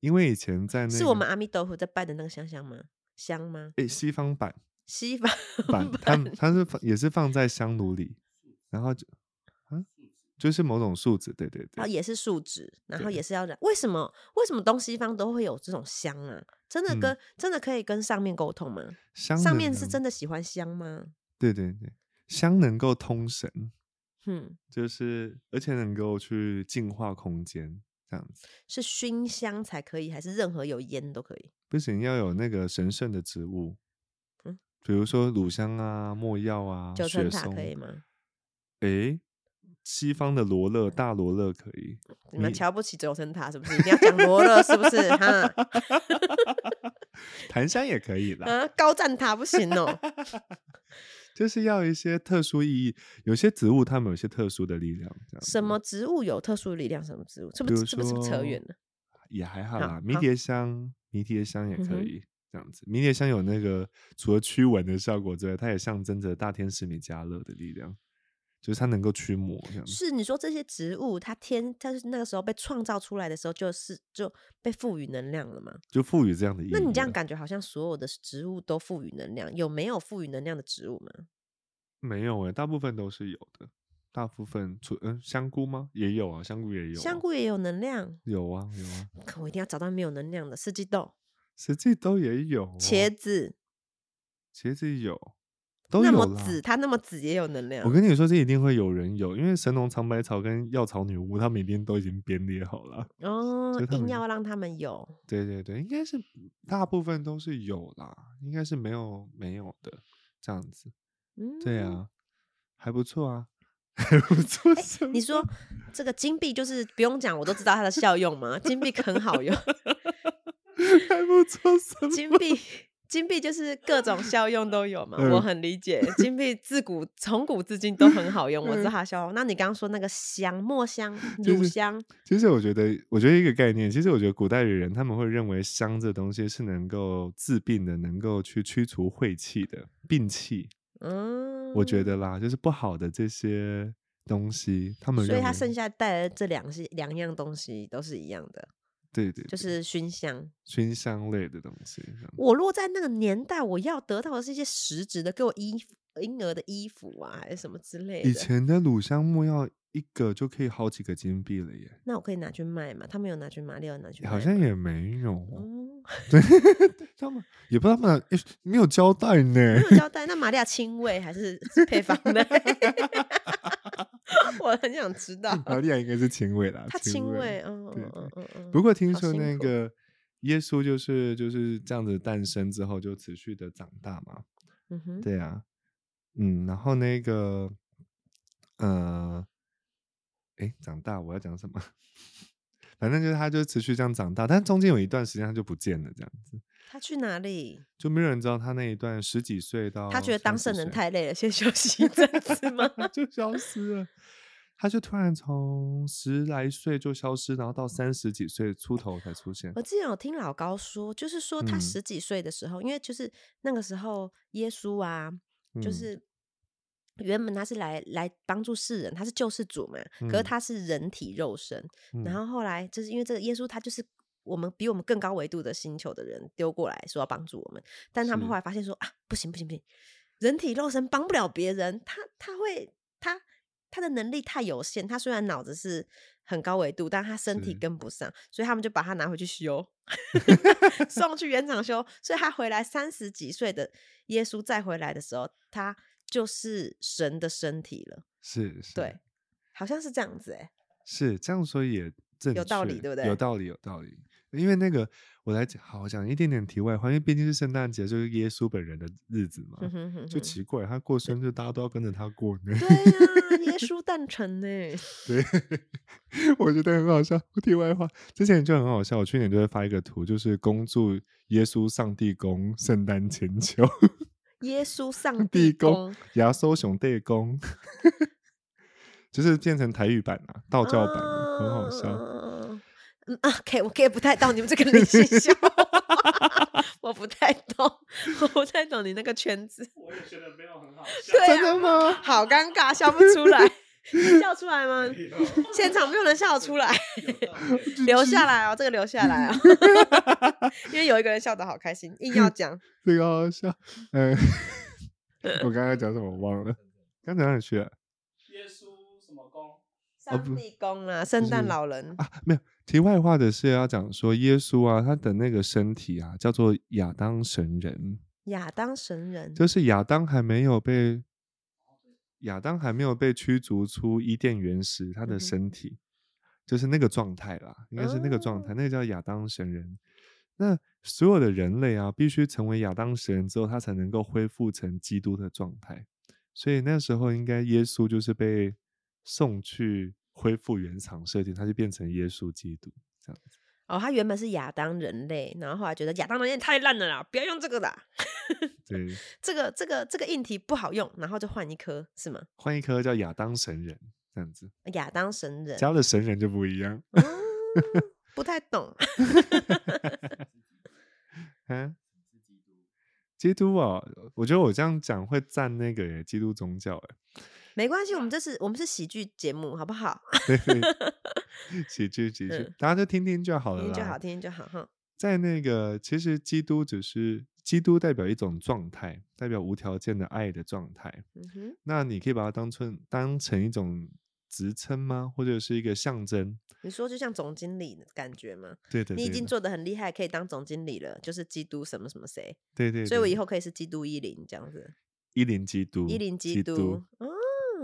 Speaker 3: 因为以前在那
Speaker 1: 是我
Speaker 3: 个
Speaker 1: 们阿弥陀佛在拜的那个香香吗？香吗？
Speaker 3: 诶西方版
Speaker 1: 西 方
Speaker 3: 版，它们它是放也是放在香炉里，然后就嗯，就是某种树脂，对对
Speaker 1: 然后
Speaker 3: 对，
Speaker 1: 哦也是树脂，然后
Speaker 3: 对
Speaker 1: 也是要染。为什么为什么东西方都会有这种香啊？真的
Speaker 3: 嗯啊
Speaker 1: 跟、真的可以跟上面沟通吗？
Speaker 3: 香
Speaker 1: 上
Speaker 3: 能
Speaker 1: 面是
Speaker 3: 量
Speaker 1: 真的喜欢香吗？
Speaker 3: 对对对，香能够通神，
Speaker 1: 嗯，
Speaker 3: 就是而且能够去净化空间，这样子
Speaker 1: 是熏香才可以，还是任何有烟都可以？
Speaker 3: 不行，要有那个神圣的植物，
Speaker 1: 嗯
Speaker 3: 比如说乳香啊、没药啊、
Speaker 1: 九
Speaker 3: 雪
Speaker 1: 层塔
Speaker 3: 松，
Speaker 1: 可以吗？
Speaker 3: 诶，西方的罗勒、大罗勒可以，
Speaker 1: 你们
Speaker 3: 你
Speaker 1: 瞧不起九层塔是不是？一定要讲罗勒是不 是？哈
Speaker 3: 檀香也可以啦，嗯
Speaker 1: 啊，高赞塔不行 哦。
Speaker 3: 就是要一些特殊意义。有些植物它们有些特殊的力量，这样子
Speaker 1: 什么植物有特殊力量？什么植物？这
Speaker 3: 比
Speaker 1: 不
Speaker 3: 如
Speaker 1: 这不是扯
Speaker 3: 说
Speaker 1: 远了？
Speaker 3: 也还好
Speaker 1: 好
Speaker 3: 啦，迷
Speaker 1: 好
Speaker 3: 迭香，迷迭香也
Speaker 1: 嗯
Speaker 3: 可
Speaker 1: 哼
Speaker 3: 以、这样子。迷迭香有那个除了驱蚊的效果之外，它也象征着大天使米迦勒的力量，就是它能够驱魔这样子。
Speaker 1: 是你说这些植物，它天，它是那个时候被创造出来的时候，就是就被赋予能量了吗？
Speaker 3: 就赋予这样的意义了。
Speaker 1: 那你这样感觉好像所有的植物都赋予能量，有没有赋予能量的植物吗？
Speaker 3: 没有诶、大部分都是有的。大部分除嗯香菇吗？也有啊，香菇也有、
Speaker 1: 香菇也有能量，
Speaker 3: 有啊有啊，
Speaker 1: 可我一定要找到没有能量的四季豆、
Speaker 3: 实际都也有、哦。
Speaker 1: 茄子、
Speaker 3: 茄子有，都
Speaker 1: 那
Speaker 3: 有
Speaker 1: 么
Speaker 3: 啦
Speaker 1: 紫，它那么紫也有能量
Speaker 3: 我。跟你说，这一定会有人有，因为神农尝百草跟药草女巫，他们一定都已经编列好了。
Speaker 1: 哦
Speaker 3: 所以，他
Speaker 1: 硬
Speaker 3: 们
Speaker 1: 要让他们有，
Speaker 3: 对对对，应该是大部分都是有啦，应该是没有没有的这样子。
Speaker 1: 嗯，
Speaker 3: 对啊，还不错啊， 还不错
Speaker 1: 哎
Speaker 3: 什么。
Speaker 1: 你说这个金币就是不用讲，我都知道它的效用嘛。金币很好 用，
Speaker 3: 还不错什么？
Speaker 1: 金币金币就是各种效用都有嘛。我
Speaker 3: 嗯
Speaker 1: 很理解，金币自古从古至今都很好用，我知道
Speaker 3: 嗯
Speaker 1: 它的效用。那你刚刚说那个香、墨香、
Speaker 3: 就
Speaker 1: 乳
Speaker 3: 是
Speaker 1: 香，
Speaker 3: 其实我觉得，我觉得一个概念，其实我觉得古代的人他们会认为香这东西是能够治病的，能够去驱除晦气的病气。
Speaker 1: 嗯，
Speaker 3: 我觉。得啦，就是不好的这些东西，他们
Speaker 1: 所以
Speaker 3: 认
Speaker 1: 它
Speaker 3: 为
Speaker 1: 剩下带的这两是两样东西都是一样的，
Speaker 3: 对对嗯
Speaker 1: 就
Speaker 3: 对
Speaker 1: 是熏香。
Speaker 3: 熏香类的东西。这样
Speaker 1: 我落在那个年代，我要得到的是一些实质的，给我衣服、婴儿的衣服啊，还是什么之类
Speaker 3: 以
Speaker 1: 的。
Speaker 3: 前的乳香木药一个就可以好几个金币了耶，
Speaker 1: 那我可以拿去卖嘛？他们有拿去卖，也有拿去卖吗，
Speaker 3: 好像也没有，
Speaker 1: 嗯，
Speaker 3: 他们也不知道他们、诶没有交代呢
Speaker 1: 没。 有交代。那玛利亚亲喂还 是是配方的？ 我很想知道，
Speaker 3: 玛利亚应该是亲喂啦，
Speaker 1: 他亲
Speaker 3: 喂
Speaker 1: 喂，嗯
Speaker 3: 对
Speaker 1: 嗯嗯嗯。
Speaker 3: 不过听
Speaker 1: 好
Speaker 3: 说
Speaker 1: 辛
Speaker 3: 那
Speaker 1: 苦
Speaker 3: 个耶稣就是就是这样子诞生之后就持续的长大嘛，
Speaker 1: 嗯哼，
Speaker 3: 对啊，嗯，然后那个呃，哎，长大我要讲什么？ 反正就是他就持续这样长大，但中间有一段时间他就不见了，这样子
Speaker 1: 他去哪里？
Speaker 3: 就没有人知道他那一段十几岁到
Speaker 1: 他觉得当
Speaker 3: 30
Speaker 1: 圣人
Speaker 3: 哦岁
Speaker 1: 太累了，先休息一阵 子吗？
Speaker 3: 就消失了。他就突然从十来岁就消失，然后到三十几岁出头才出现
Speaker 1: 我。之前有听老高说，就是说他
Speaker 3: 嗯
Speaker 1: 十几岁的时候，因为就是那个时候耶稣啊，就
Speaker 3: 嗯
Speaker 1: 是原本他是来来帮助世人，他是救世主嘛，可是
Speaker 3: 嗯
Speaker 1: 他是人体肉身，然
Speaker 3: 嗯
Speaker 1: 后后来就是因为这个耶稣他就是。我们比我们更高维度的星球的人丢过来说要帮助我们，但他们
Speaker 3: 是
Speaker 1: 后来发现说啊，不行不行不行，人体肉身帮不了别人，他他会他他的能力太有限，他虽然脑子是很高维度，但他身体
Speaker 3: 是
Speaker 1: 跟不上，所以他们就把他拿回去 修，送去原厂修。所以他回来三十几岁的耶稣再回来的时候，他就是神的身体了，
Speaker 3: 是是，
Speaker 1: 对，好像是这样子哎、
Speaker 3: 是这样说也正
Speaker 1: 有道理
Speaker 3: 确
Speaker 1: 对不对
Speaker 3: 有道理，有道理。因为那个，我来讲，好，我讲一点点题外话，因为毕竟是圣诞节，就是耶稣本人的日子嘛，
Speaker 1: 哼嗯哼哼
Speaker 3: 就
Speaker 1: 哼
Speaker 3: 奇怪，他过生日，大家都要跟着他过呢。
Speaker 1: 对呀、耶稣诞辰呢、
Speaker 3: 对，我觉得很好笑。题外话，之前就很好笑，我去年就会发一个图，就是恭祝耶稣上帝公圣诞千秋，
Speaker 1: 耶稣上 帝
Speaker 3: 地公
Speaker 1: 公，
Speaker 3: 亚洲熊地公， 就是变成台语版啊，道教版、啊，很好笑。
Speaker 1: 嗯嗯啊，K，我 get 不太到你们这 个理性笑话，我不太懂，我不太懂你那个圈子。
Speaker 2: 我也觉得没有很好笑。
Speaker 1: 对、
Speaker 3: 真
Speaker 1: 啊，
Speaker 3: 的吗？
Speaker 1: 好尴尬，笑不出 来。你笑出来吗？现场没有人笑得出 来，留下来哦，这个留下来哦，因为有一个人笑得好开心，硬 要讲。
Speaker 3: 这个好笑。 嗯，我刚刚讲什么我忘了，刚讲哪里去了
Speaker 2: 耶稣什么宫？
Speaker 1: 上帝公啊，圣诞
Speaker 3: 是
Speaker 1: 老人，
Speaker 3: 啊？没有。题外话的是要讲说，耶稣啊，他的那个身体啊，叫做亚当神人，
Speaker 1: 亚当神人，
Speaker 3: 就是亚当还没有被亚当还没有被驱逐出伊甸园时，他
Speaker 1: 嗯哼
Speaker 3: 的身体、就是那个状态啦，应该是那个状
Speaker 1: 哦
Speaker 3: 态，那个叫亚当神人。那所有的人类啊，必须成为亚当神人之后，他才能够恢复成基督的状态。所以那时候应该耶稣就是被送去恢复原厂设定，他就变成耶稣基督这样子。
Speaker 1: 哦，他原本是亚当人类，然后后来觉得亚当人类太烂了啦，不要用这个啦，
Speaker 3: 对，
Speaker 1: 这个这个这个硬体不好用，然后就换一颗是吗？啊
Speaker 3: 换一颗叫亚当神人这样子，
Speaker 1: 亚当神人，
Speaker 3: 加了神人就不一样。
Speaker 1: 嗯不太懂，
Speaker 3: 嗯， 基督啊，我觉得我这样讲会占那个耶基督宗教哎，
Speaker 1: 没关系，我们这是我们是喜剧节目，好不好？
Speaker 3: 喜剧喜剧
Speaker 1: 嗯，
Speaker 3: 大家就听听就好了
Speaker 1: 听听就
Speaker 3: 啦
Speaker 1: 好，听听就好哈。
Speaker 3: 在那个，其实基督只是基督代表一种状态，代表无条件的爱的状态。
Speaker 1: 嗯哼，
Speaker 3: 那你可以把它当成当成一种职称吗？或者是一个象征？
Speaker 1: 你说就像总经理的感觉吗？
Speaker 3: 对的，
Speaker 1: 你已
Speaker 3: 对
Speaker 1: 经
Speaker 3: 的
Speaker 1: 做的很厉害，可以当总经理了，就是基督什么什么谁，
Speaker 3: 对对，
Speaker 1: 所以我
Speaker 3: 对
Speaker 1: 以后可以是基督一零这样子。
Speaker 3: 一零基督，
Speaker 1: 伊林基督，哦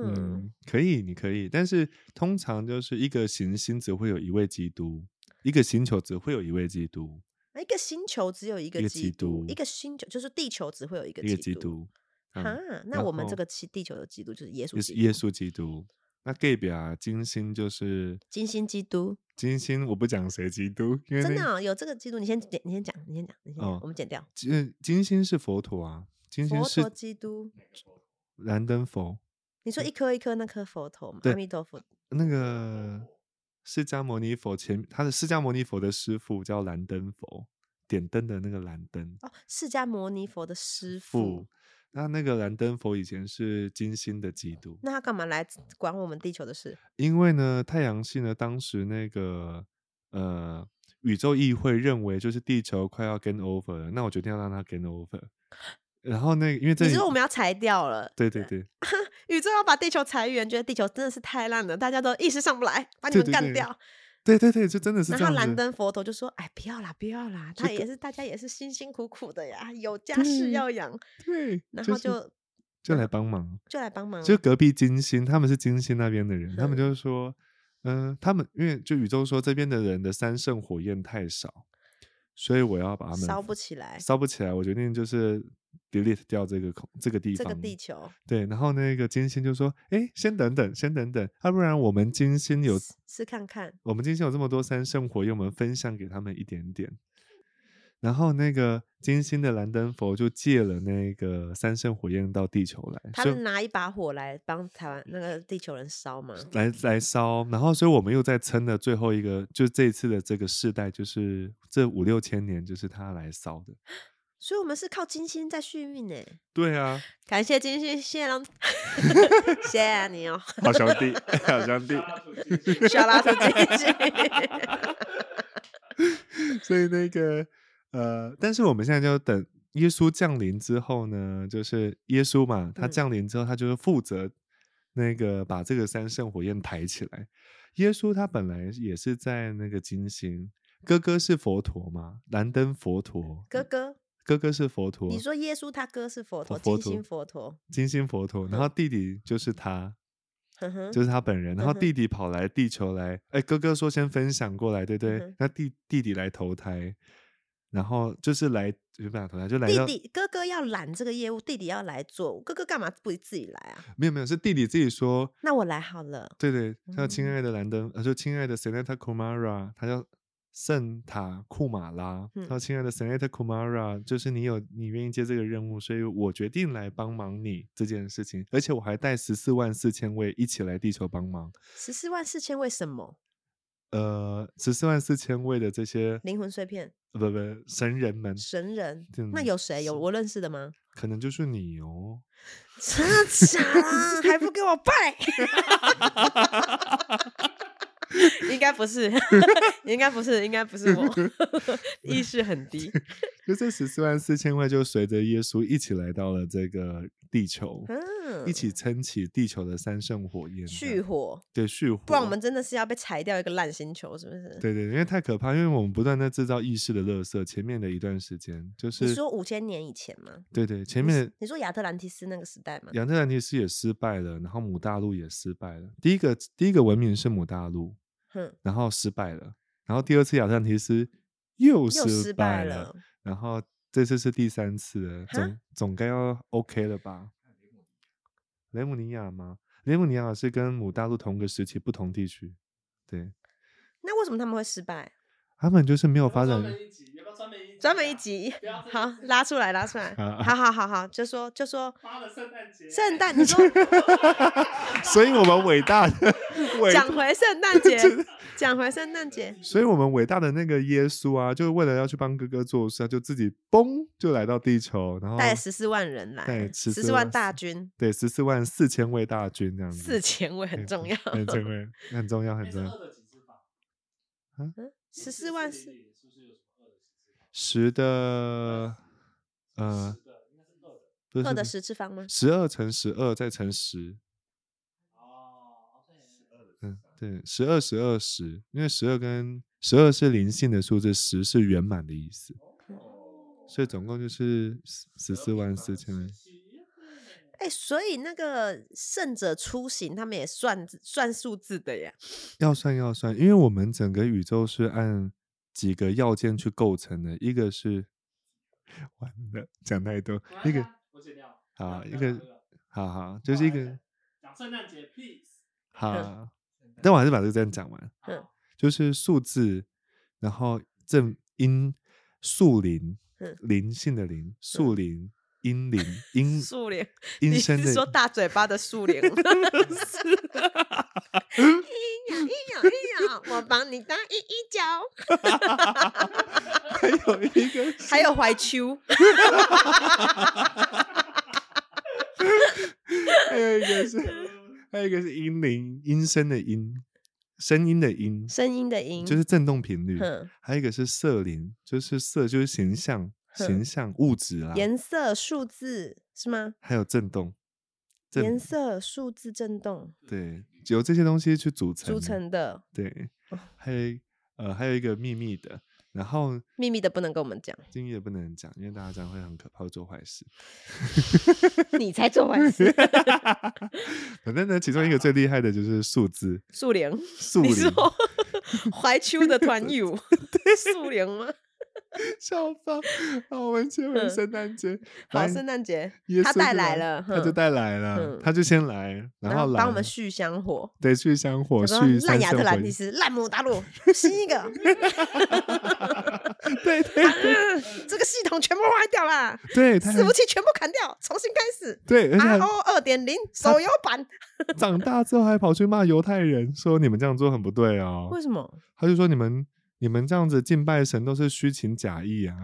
Speaker 1: 嗯，
Speaker 3: 嗯，可以，你可以，但是通常就是一个行星只会有一位基督，一个星球只会有一位基督，
Speaker 1: 啊一个星球只有一个
Speaker 3: 一个
Speaker 1: 基
Speaker 3: 基
Speaker 1: 督，一
Speaker 3: 督
Speaker 1: 个星球就是地球只会有一个
Speaker 3: 一个
Speaker 1: 基
Speaker 3: 基督，
Speaker 1: 哈、
Speaker 3: 嗯，
Speaker 1: 那
Speaker 3: 然
Speaker 1: 我们这
Speaker 3: 后
Speaker 1: 个基地球的基督就是耶稣
Speaker 3: 也
Speaker 1: 基
Speaker 3: 是
Speaker 1: 督，
Speaker 3: 耶稣基督。那 gay 表金星就是
Speaker 1: 金星基督，
Speaker 3: 金星，我不讲谁基督，因为
Speaker 1: 真
Speaker 3: 那
Speaker 1: 的哦、有这个基督。你先点，你先讲，你先讲，你先讲，
Speaker 3: 哦
Speaker 1: 我们剪掉。
Speaker 3: 金金星是佛陀啊，金星
Speaker 1: 佛陀
Speaker 3: 是
Speaker 1: 基督，
Speaker 3: 燃灯佛，
Speaker 1: 你说一颗一颗那颗佛头嘛，阿
Speaker 3: 对
Speaker 1: 弥陀佛，
Speaker 3: 那个释迦牟尼佛前他的释迦牟尼佛的师傅叫燃灯佛，点灯的那个燃灯。
Speaker 1: 哦，释迦牟尼佛的师
Speaker 3: 父
Speaker 1: 傅，。
Speaker 3: 哦那那个兰登佛以前是金星的基督，
Speaker 1: 那他干嘛来管我们地球的事？
Speaker 3: 因为呢，太阳系呢，当时那个呃宇宙议会认为就是地球快要 game over 了，那我决定要让它 game over。然后那个因为这
Speaker 1: 你
Speaker 3: 里
Speaker 1: 说我们要裁掉了，
Speaker 3: 对对对，
Speaker 1: 宇宙要把地球裁员，觉得地球真的是太烂了，大家都意识上不来，把你
Speaker 3: 对
Speaker 1: 们
Speaker 3: 对
Speaker 1: 干
Speaker 3: 对
Speaker 1: 掉。
Speaker 3: 对对对，就真的是这
Speaker 1: 然后
Speaker 3: 样
Speaker 1: 兰
Speaker 3: 子。
Speaker 1: 登佛头就说：“哎，不要啦，不要啦，
Speaker 3: 这
Speaker 1: 他也
Speaker 3: 个
Speaker 1: 是大家也是辛辛苦苦的呀，有家室
Speaker 3: 对
Speaker 1: 要养，
Speaker 3: 对，
Speaker 1: 然后
Speaker 3: 是
Speaker 1: 就嗯
Speaker 3: 就来帮忙，
Speaker 1: 就来帮忙。
Speaker 3: 就隔壁金星，他们是金星那边的人，他们就说，嗯、他们因为就宇宙说这边的人的三圣火焰太少，所以我要把他们
Speaker 1: 烧不起来
Speaker 3: 烧不起来，我决定就是 delete 掉这个空这个地
Speaker 1: 这
Speaker 3: 方。
Speaker 1: 个地球
Speaker 3: 对，然后那个金星就说：“哎，先等等，先等等，要、不然我们金星有
Speaker 1: 试试看看，
Speaker 3: 我们金星有这么多三圣火焰，我们分享给他们一点点。”然后那个金星的兰登佛就借了那个三圣火焰到地球来，
Speaker 1: 他
Speaker 3: 所以
Speaker 1: 们拿一把火来帮台湾那个地球人烧嘛。
Speaker 3: 来来烧，然后所以我们又在撑的最后一个，就这一次的这个世代，就是这五六千年，就是他来烧的。
Speaker 1: 所以我们是靠金星在续命呢。
Speaker 3: 对啊，
Speaker 1: 感谢金星，谢谢让，谢 谢你哦，
Speaker 3: 好兄弟， 好兄弟。
Speaker 1: 小拉特金星。
Speaker 3: 所以那个呃，但是我们现在就等耶稣降临之后呢，就是耶稣嘛，他
Speaker 1: 嗯
Speaker 3: 降临之后，他就是负责那个把这个三圣火焰抬起来。耶稣他本来也是在那个金星，哥哥是佛陀嘛，兰登佛陀，
Speaker 1: 哥哥，
Speaker 3: 哥哥是佛陀，
Speaker 1: 你说耶稣他哥是佛陀，
Speaker 3: 佛
Speaker 1: 金星
Speaker 3: 陀
Speaker 1: 佛陀，
Speaker 3: 金星佛陀，然后弟弟就是他，
Speaker 1: 哼哼，
Speaker 3: 就是他本人，然
Speaker 1: 嗯
Speaker 3: 后
Speaker 1: 哼
Speaker 3: 弟弟跑来地球来，哎，哥哥说先分享过来，对
Speaker 1: 嗯
Speaker 3: 不对
Speaker 1: 哼？
Speaker 3: 那弟弟弟来投胎，然后就是来原本想投胎就来
Speaker 1: 弟
Speaker 3: 到
Speaker 1: 弟哥哥要揽这个业务，弟弟要来做，哥哥干嘛不自己来啊？
Speaker 3: 没有没有是弟弟自己说，
Speaker 1: 那我来好了。
Speaker 3: 对对，叫亲
Speaker 1: 嗯
Speaker 3: 爱的兰登，呃，就亲爱的 Senator Kumara，他叫圣塔库马拉，
Speaker 1: 嗯
Speaker 3: 他说亲爱的 Senator Kumara，就是你有你愿意接这个任务，所以我决定来帮忙你这件事情，而且我还带十四万四千位一起来地球帮忙，
Speaker 1: 十四万四千为什么？
Speaker 3: 呃，十四万四千位的这些
Speaker 1: 灵魂碎片，
Speaker 3: 不不神人们，
Speaker 1: 神人，那
Speaker 3: 嗯
Speaker 1: 有谁有我认识的吗？
Speaker 3: 可能就是你哦。
Speaker 1: 真的假啦？还不给我拜？应该不是，应该不是，应该不是我，意识很低。
Speaker 3: 就这十四万四千位就随着耶稣一起来到了这个地球，
Speaker 1: 嗯，
Speaker 3: 一起撑起地球的三圣火焰这样，
Speaker 1: 续火，
Speaker 3: 对续火，
Speaker 1: 不然我们真的是要被裁掉一个烂星球，是不是？
Speaker 3: 对对，因为太可怕，因为我们不断在制造意识的垃圾。前面的一段时间就是
Speaker 1: 你说五千年以前吗？
Speaker 3: 对对，前
Speaker 1: 你
Speaker 3: 面
Speaker 1: 是
Speaker 3: 的
Speaker 1: 你说亚特兰蒂斯那个时代吗？
Speaker 3: 亚特兰蒂斯也失败了，然后母大陆也失败了。第一个第一个文明是母大陆，
Speaker 1: 哼，
Speaker 3: 然后失败了，然后第二次亚特兰蒂斯又
Speaker 1: 又失
Speaker 3: 失
Speaker 1: 败
Speaker 3: 败
Speaker 1: 了。
Speaker 3: 然后这次是第三次了，
Speaker 1: 哈
Speaker 3: 总总该要 OK 了吧？雷姆尼亚吗？雷姆尼亚是跟母大陆同个时期不同地区，对
Speaker 1: 那为什么他们会失败？
Speaker 3: 他们就是没有发
Speaker 2: 专
Speaker 3: 展。
Speaker 2: 门一集，要不要专门一集
Speaker 1: 专门一
Speaker 2: 啊？
Speaker 1: 集
Speaker 2: 不要，这
Speaker 1: 好
Speaker 2: 样子
Speaker 1: 拉出来，拉出来，
Speaker 3: 啊
Speaker 1: 好好好好，就说就说
Speaker 2: 妈的，圣诞节，
Speaker 1: 圣诞，你说
Speaker 3: 所以我们伟大的伟
Speaker 1: 讲回圣诞节，讲回圣诞节，
Speaker 3: 所以我们伟大的那个耶稣啊，就是为了要去帮哥哥做事啊，就自己嘣就来到地球，然后
Speaker 1: 带十四万人来，
Speaker 3: 哦带
Speaker 1: 十四
Speaker 3: 14
Speaker 1: 万
Speaker 3: 万
Speaker 1: 大军，
Speaker 3: 对十四嗯万四千位大军这样子，
Speaker 1: 四千位
Speaker 3: 哎
Speaker 1: 很重要，
Speaker 3: 很重要，很重要，很
Speaker 2: 哎，是
Speaker 3: 重 要
Speaker 2: 二。的几次方？
Speaker 1: 十四万四
Speaker 2: 四零零是不是有什么二的几次方？
Speaker 3: 十的呃
Speaker 2: 十的应该是二的。
Speaker 3: 不是
Speaker 1: 二的十次方吗？
Speaker 3: 十二乘十二再乘十，
Speaker 2: 哦，对，十二的。
Speaker 3: 嗯，对，十二十二十，因为十二跟十二是灵性的数字，十是圆满的
Speaker 2: 哦
Speaker 3: 意思，所以总共就是十四万四千位。
Speaker 1: 哎、所以那个圣者出行，他们也算算数字的呀。
Speaker 3: 要算要算，因为我们整个宇宙是按几个要件去构成的，一个是 完了，讲太多，一个
Speaker 2: 我剪掉。
Speaker 3: 好
Speaker 2: 不
Speaker 3: 一
Speaker 2: 要
Speaker 3: 个
Speaker 2: 讲这
Speaker 3: 哈哈，就是一
Speaker 2: 不要
Speaker 3: 个
Speaker 2: 讲讲圣诞节，please。
Speaker 3: 哈，嗯但我还是把这个这样讲完，
Speaker 1: 嗯
Speaker 2: 好
Speaker 3: 就是数字，然后正音树林
Speaker 1: 嗯，
Speaker 3: 灵性的灵，树林 阴灵阴
Speaker 1: 树林，
Speaker 3: 阴
Speaker 1: 你
Speaker 3: 森
Speaker 1: 是
Speaker 3: 的
Speaker 1: 说大嘴巴的树林？ 是，啊一咬一咬一咬，我帮你当一一脚。
Speaker 3: 还有一 个
Speaker 1: 还有怀秋，
Speaker 3: 还有一个是 还有一个是阴灵阴声的阴，声音的音，
Speaker 1: 声音的音，
Speaker 3: 就是振动频率。
Speaker 1: 哼
Speaker 3: 还有一个是色灵，就是色就是形象、
Speaker 1: 哼
Speaker 3: 形象、物质啦，
Speaker 1: 颜色、数字是吗？
Speaker 3: 还有震动，震
Speaker 1: 颜色、数字震动
Speaker 3: 对，由这些东西去组成
Speaker 1: 组
Speaker 3: 的，
Speaker 1: 成的
Speaker 3: 对
Speaker 1: 哦，
Speaker 3: 还有一呃还有一个秘密的，然后
Speaker 1: 秘密的不能跟我 们讲，
Speaker 3: 经历也不能讲，因为大家讲会很可怕，会做坏事。
Speaker 1: 你才做坏事。
Speaker 3: 反正呢，其中一个最厉害的就是 数字，
Speaker 1: 树林，
Speaker 3: 数
Speaker 1: 你
Speaker 3: 灵，
Speaker 1: 说 怀秋的团友 树林吗？
Speaker 3: 笑爆！好，我们切回
Speaker 1: 嗯
Speaker 3: 圣诞节，
Speaker 1: 好，
Speaker 3: 来
Speaker 1: 圣诞节
Speaker 3: 耶
Speaker 1: 他
Speaker 3: 稣
Speaker 1: 带
Speaker 3: 就
Speaker 1: 来了，
Speaker 3: 他就
Speaker 1: 哼，
Speaker 3: 带来了，
Speaker 1: 嗯
Speaker 3: 他就先来，然
Speaker 1: 然后
Speaker 3: 来
Speaker 1: 帮我们续香火。
Speaker 3: 得去香火，
Speaker 1: 我说
Speaker 3: 去
Speaker 1: 烂
Speaker 3: 三
Speaker 1: 亚
Speaker 3: 圣
Speaker 1: 特兰
Speaker 3: 火
Speaker 1: 蒂斯，烂姆达鲁，新一个，
Speaker 3: 对对
Speaker 1: 这个系统全部坏掉啦，
Speaker 3: 对，他
Speaker 1: 伺服
Speaker 3: 很
Speaker 1: 器全部砍掉，重新开始。
Speaker 3: 对，而且哦
Speaker 1: R
Speaker 3: 还
Speaker 1: O 二点零手游版，
Speaker 3: 长大之后还跑去骂犹太人，说你们这样做很不对哦。
Speaker 1: 为什么？
Speaker 3: 他就说你们你们这样子敬拜神都是虚情假意啊。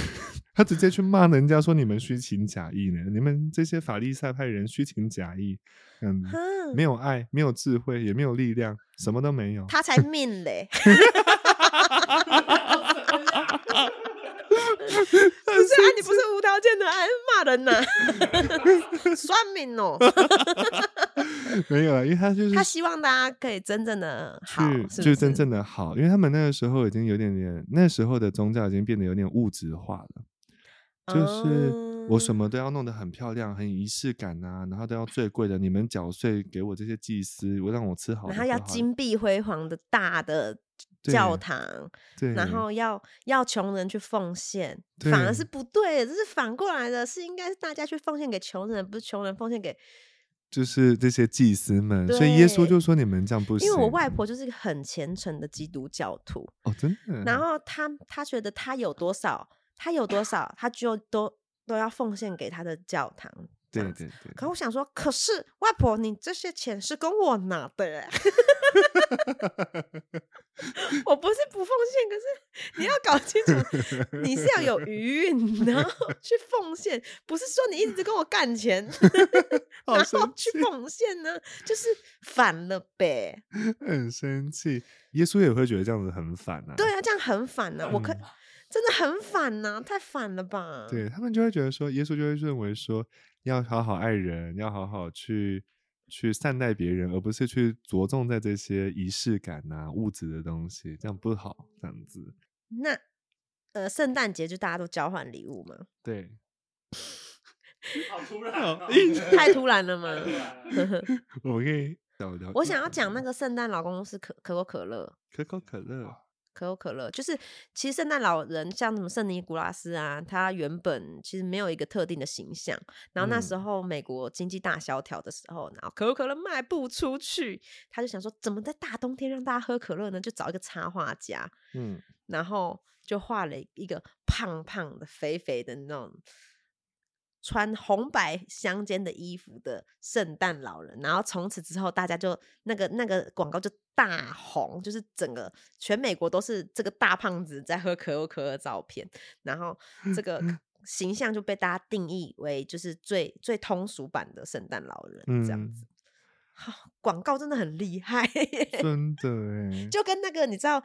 Speaker 3: 他直接去骂人家说你们虚情假意呢，你们这些法利赛派人虚情假意，嗯，
Speaker 1: 哈，
Speaker 3: 没有爱，没有智慧，也没有力量，什么都没有。
Speaker 1: 他才命嘞，不是啊，你不是无条件的爱骂人呐， 算命哦，
Speaker 3: 嗯没有啊，因为他就是
Speaker 1: 他希望大家可以真正的好，
Speaker 3: 去
Speaker 1: 是不
Speaker 3: 就是真正的好，因为他们那个时候已经有点点，那时候的宗教已经变得有点物质化了。就是我什
Speaker 1: 哦
Speaker 3: 么都要弄得很漂亮，很仪式感啊，然后都要最贵的，你们缴税给我这些祭司，我让我吃好的
Speaker 1: 然
Speaker 3: 喝好
Speaker 1: 后要
Speaker 3: 的，
Speaker 1: 金碧辉煌的大的
Speaker 3: 对
Speaker 1: 教堂，
Speaker 3: 对，
Speaker 1: 然后要要穷人去奉献，反而是不
Speaker 3: 对
Speaker 1: 对的，这是反过来的，是应该是大家去奉献给穷人，不是穷人奉献给。
Speaker 3: 就是这些祭司们，所以耶稣
Speaker 1: 对
Speaker 3: 就说你们这样不行。
Speaker 1: 因为我外婆就是一个很虔诚的基督教徒，
Speaker 3: 哦，真的，
Speaker 1: 然后她她觉得她有多少，她有多少，她就都都要奉献给她的教堂。这
Speaker 3: 对
Speaker 1: 样
Speaker 3: 对
Speaker 1: 子
Speaker 3: 对，
Speaker 1: 可我想说，可是外婆，你这些钱是跟我拿的欸 耶，我不是不奉献，可是你要搞清楚，你是要有余韵，然 后去奉献，不是说你一直跟我干钱，
Speaker 3: 好
Speaker 1: 然
Speaker 3: 生
Speaker 1: 后去
Speaker 3: 气
Speaker 1: 奉献呢，就是反了呗。
Speaker 3: 很生气，耶稣也会觉得这样子很烦啊。
Speaker 1: 对啊，这样很反呢、我可
Speaker 3: 嗯
Speaker 1: 真的很反呢、太反了吧？
Speaker 3: 对他们就会觉得说，耶稣就会认为说，要好好爱人，要好好去去善待别人，而不是去着重在这些仪式感啊、物质的东西，这样不好，这样子。
Speaker 1: 那呃，圣诞节就大家都交换礼物吗？
Speaker 3: 对，
Speaker 2: 好突然哦，
Speaker 3: 呃
Speaker 1: 太突然了吗？
Speaker 3: 我们可以聊聊。
Speaker 1: 我想要讲那个圣诞老公公是可可口可乐，
Speaker 3: 可口 可乐，
Speaker 1: 可口可乐就是其实圣诞老人像什么圣尼古拉斯啊，他原本其实没有一个特定的形象。然后那时
Speaker 3: 嗯
Speaker 1: 候美国经济大萧条的时候，然后可口可乐卖不出去，他就想说怎么在大冬天让大家喝可乐呢？就找一个插画家，
Speaker 3: 嗯，
Speaker 1: 然后就画了一个胖胖的、肥肥的那种穿红白相间的衣服的圣诞老人。然后从此之后，大家就那个那个广告就大红，就是整个全美国都是这个大胖子在喝可口可乐的照片。然后这个形象就被大家定义为就是最最通俗版的圣诞老人这样
Speaker 3: 嗯
Speaker 1: 子。好广告真的很厉害 耶
Speaker 3: 真的哎，
Speaker 1: 就跟那个你知道，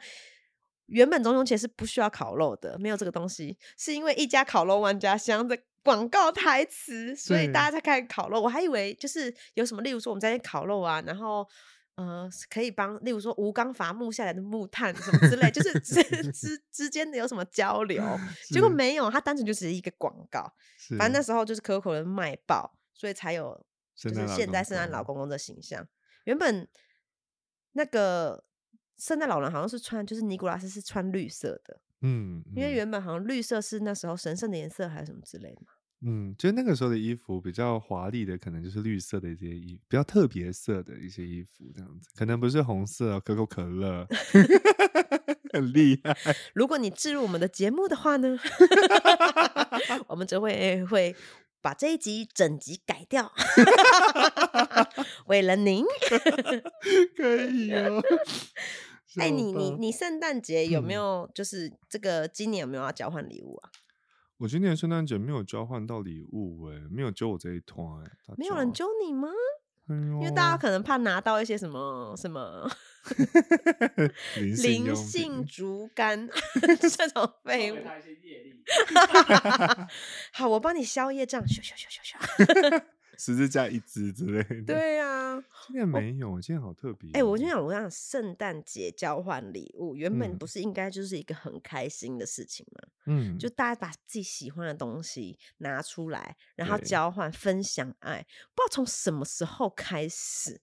Speaker 1: 原本中秋节是不需要烤肉的，没有这个东西，是因为一家烤肉万家香的广告台词，所以大家才开始烤肉。我还以为就是有什么，例如说我们在那烤肉啊，然后。呃，可以帮，例如说吴刚伐木下来的木炭什么之类，就是之之之间的有什么交流，结果
Speaker 3: 是
Speaker 1: 没有，它单纯就只是一个广告。
Speaker 3: 是
Speaker 1: 反正那时候就是可口可乐卖爆，所以才有就
Speaker 3: 圣
Speaker 1: 是
Speaker 3: 诞老嗯
Speaker 1: 现
Speaker 3: 公
Speaker 1: 在圣诞
Speaker 3: 公
Speaker 1: 老公公的形象。原本那个圣诞老人好像是穿，就是尼古拉斯是穿绿色的，
Speaker 3: 嗯，
Speaker 1: 因为
Speaker 3: 嗯
Speaker 1: 原本好像绿色是那时候神圣的颜色还是什么之类的嘛。
Speaker 3: 嗯，就是那个时候的衣服比较华丽的，可能就是绿色的一些衣，比较特别色的一些衣服，这样子，可能不是红色哦可口可 乐，很厉害。
Speaker 1: 如果你置入我们的节目的话呢， 我们就会会把这一集整集改掉， 为了 您。
Speaker 3: 可 以哦。
Speaker 1: 哎、
Speaker 3: 笑
Speaker 1: 你你
Speaker 3: 爆，
Speaker 1: 你圣诞节有没
Speaker 3: 嗯
Speaker 1: 有就是这个今年有没有要交换礼物啊？
Speaker 3: 我今年圣诞节没有交换到礼物哎、没有揪我这一团哎、大
Speaker 1: 没有人
Speaker 3: 家，哎
Speaker 1: 揪你吗？
Speaker 3: 因
Speaker 1: 因为
Speaker 3: 哦
Speaker 1: 大家可能怕拿到一些什么什么
Speaker 3: 灵性
Speaker 1: 灵
Speaker 3: 用
Speaker 1: 性
Speaker 3: 品
Speaker 1: 竹 竿 这种废
Speaker 2: 给
Speaker 1: 物。
Speaker 2: 他一些业力。
Speaker 1: 好，我帮你消业障，咻咻咻咻
Speaker 3: 嗯
Speaker 1: 咻。
Speaker 3: 十字架一只之类的。，
Speaker 1: 对啊，
Speaker 3: 今年没有，今年好特别哦。
Speaker 1: 哎、我就想，我想圣诞节交换礼物，原本
Speaker 3: 嗯
Speaker 1: 不是应该就是一个很开心的事情吗？
Speaker 3: 嗯，
Speaker 1: 就大家把自己喜欢的东西拿出来，然后
Speaker 3: 对
Speaker 1: 交换、分享爱。不知道从什么时候开始，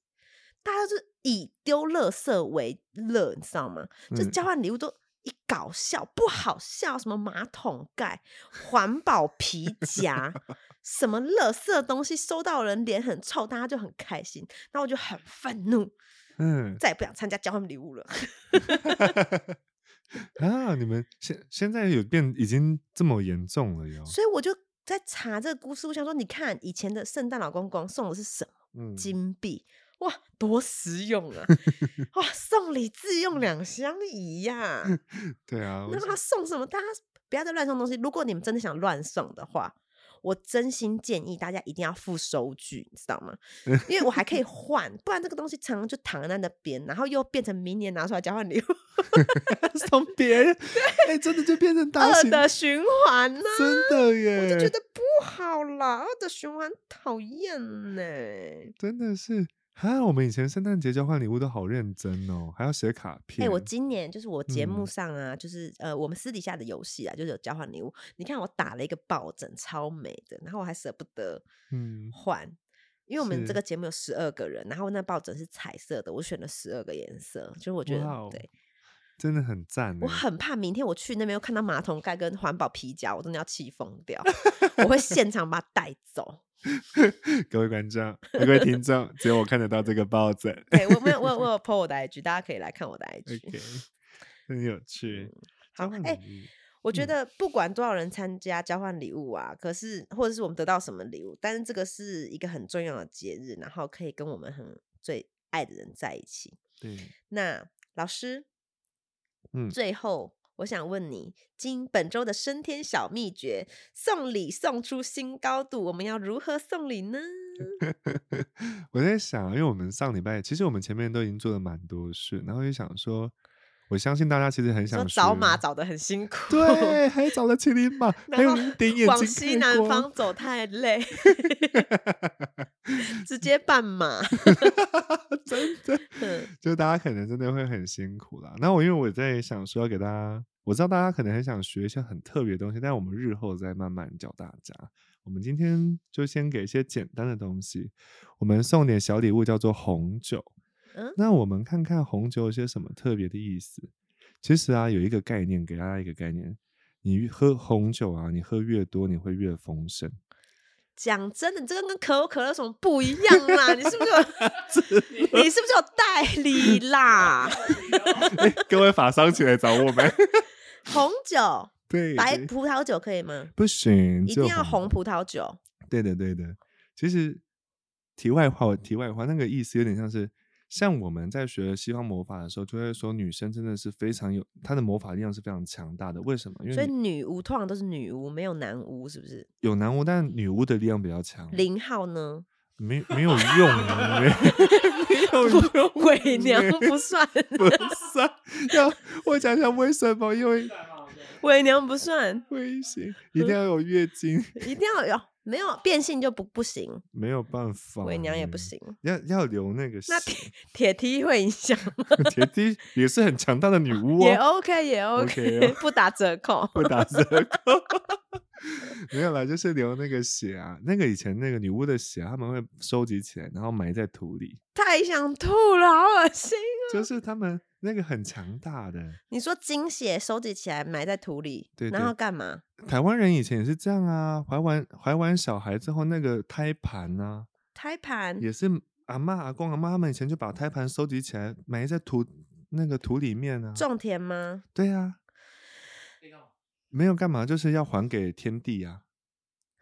Speaker 1: 大家就是以丢垃圾为乐，你知道吗？就
Speaker 3: 嗯
Speaker 1: 交换礼物都一搞笑，不好笑，什么马桶盖、环保皮夹，什么垃圾东西，收到人脸很臭，大家就很开心。那我就很愤怒，
Speaker 3: 嗯
Speaker 1: 再也不想参加交换礼物了。
Speaker 3: 哦啊，你们现现在有变，已经这么严重了哟。
Speaker 1: 所以我就在查这个故事，我想说，你看以前的圣诞老公公送的是什么？
Speaker 3: 嗯，
Speaker 1: 金币，哇，多实用 啊！哇，送礼自用两相宜呀、
Speaker 3: 对啊，我
Speaker 1: 那
Speaker 3: 是
Speaker 1: 他送什么？大家不要再乱送东西。如果你们真的想乱送的话，我真心建议大家一定要付收据，你知道吗？因为我还可以换，不然这个东西常常就躺在那边，然后又变成明年拿出来交换礼物，
Speaker 3: 送别人，哎、真的就变成大
Speaker 1: 恶
Speaker 3: 型，
Speaker 1: 的循环呢、
Speaker 3: 真的耶，
Speaker 1: 我就觉得不好啦，恶的循环讨厌呢。
Speaker 3: 真的是啊！我们以前圣诞节交换礼物都好认真哦，还要写卡
Speaker 1: 哎、
Speaker 3: 片。
Speaker 1: 我今年就是我节目
Speaker 3: 嗯
Speaker 1: 上啊，就是呃，我们私底下的游戏啊，就是有交换礼物。你看我打了一个抱枕，超美的，然后我还舍不得
Speaker 3: 嗯
Speaker 1: 换，因为我们
Speaker 3: 是
Speaker 1: 这个节目有十二个人，然后那抱枕是彩色的，我选了十二个颜色，就是我觉得、
Speaker 3: 哇哦
Speaker 1: 对
Speaker 3: 真的很赞
Speaker 1: 我
Speaker 3: 哎
Speaker 1: 很怕明天我去那边又看到马桶盖跟环保皮夹，我真的要气疯掉，我 会现场把它带走。
Speaker 3: 欸各位观众、各位听众，只有我看得到这个抱 枕。
Speaker 1: 对我没有，我有我有 po 我的 IG，大家可以来看我的 IG。
Speaker 3: OK，很有趣。
Speaker 1: 好
Speaker 3: 交换，
Speaker 1: 哎、
Speaker 3: 礼物
Speaker 1: 我觉
Speaker 3: 嗯
Speaker 1: 得不管多少人参加交换礼物啊，可是或者是我们得到什么礼物，但是这个是一个很重要的节日，然后可以跟我们很最爱的人在一起。
Speaker 3: 对，
Speaker 1: 那老师，
Speaker 3: 嗯
Speaker 1: 最后我想问你，经本周的升天小秘诀，送礼送出新高度，我们要如何送礼呢？
Speaker 3: 我在想，因为我们上礼拜其实我们前面都已经做了蛮多事，然后就想说，我相信大家其实很
Speaker 1: 你说
Speaker 3: 想
Speaker 1: 找马
Speaker 3: 说
Speaker 1: 找的很辛 苦，
Speaker 3: 对，还找了麒麟马，
Speaker 1: 然
Speaker 3: 还有
Speaker 1: 后
Speaker 3: 零点眼睛
Speaker 1: 往西
Speaker 3: 看
Speaker 1: 南
Speaker 3: 过
Speaker 1: 方走太累，直接半马。
Speaker 3: 真的，就大家可能真的会很辛苦啦。那我因为我在想说要给大家，我知道大家可能很想学一些很特别的东西，但我们日后再慢慢教大家。我们今天就先给一些简单的东西，我们送点小礼物叫做红酒。
Speaker 1: 嗯
Speaker 3: 那我们看看红酒有些什么特别的意思。其实啊，有一个概念，给大家一个概念，你喝红酒啊，你喝越多，你会越丰盛。
Speaker 1: 讲真的，你这个跟可口可乐有什么不一样啦？你是不是 有？你是不是有代理啦？
Speaker 3: 哎， 各位法商起来找我 们。
Speaker 1: 红酒、
Speaker 3: 对，
Speaker 1: 白
Speaker 3: 对
Speaker 1: 葡萄酒可以吗？
Speaker 3: 不行，
Speaker 1: 一
Speaker 3: 只有
Speaker 1: 定要
Speaker 3: 红
Speaker 1: 红葡萄酒。
Speaker 3: 对的，对的。其实题外话，题外话，那个意思有点像是，像我们在学西方魔法的时候，就会说女生真的是非常有她的魔法力量是非常强大的。为什么？因
Speaker 1: 所
Speaker 3: 为
Speaker 1: 以
Speaker 3: 女
Speaker 1: 女巫通常都是女巫，没有男巫，是不是？
Speaker 3: 有男巫，但女巫的力量比较强，
Speaker 1: 零号 呢？
Speaker 3: 没没有用啊，没 没有用。
Speaker 1: 不伪娘 不算，
Speaker 3: 不是啊，要我讲讲为什么？因为
Speaker 1: 伪娘不算，
Speaker 3: 危险，一定要有月经，
Speaker 1: 一定要有没有变性就不不行，
Speaker 3: 没有办法，嗯
Speaker 1: 伪娘也不，行。
Speaker 3: 要要留那个
Speaker 1: 那
Speaker 3: 血
Speaker 1: 铁铁梯会影响吗？
Speaker 3: 铁梯也是 很强大的女巫
Speaker 1: 也
Speaker 3: 哦，
Speaker 1: OK，也
Speaker 3: OK 哦
Speaker 1: OK，不打折扣。
Speaker 3: 会打折扣。 没有啦，就是流那个血啊，那个以前那个女巫的血，啊他们会收集起来，然后埋在土里，
Speaker 1: 太想吐了，好恶心！
Speaker 3: 就是他们那个很强大的。
Speaker 1: 你说精血收集起来埋在土里，
Speaker 3: 对
Speaker 1: 然
Speaker 3: 对
Speaker 1: 后干嘛？
Speaker 3: 台湾人以前也是这样啊，怀完怀完小孩之后，那个胎盘啊，
Speaker 1: 胎盘
Speaker 3: 也是阿嬷阿公阿妈他们以前就把胎盘收集起来，埋在土那个土里面啊。
Speaker 1: 种田吗？
Speaker 3: 对啊，
Speaker 2: 那个
Speaker 3: 没有干嘛，就是要还给天地啊，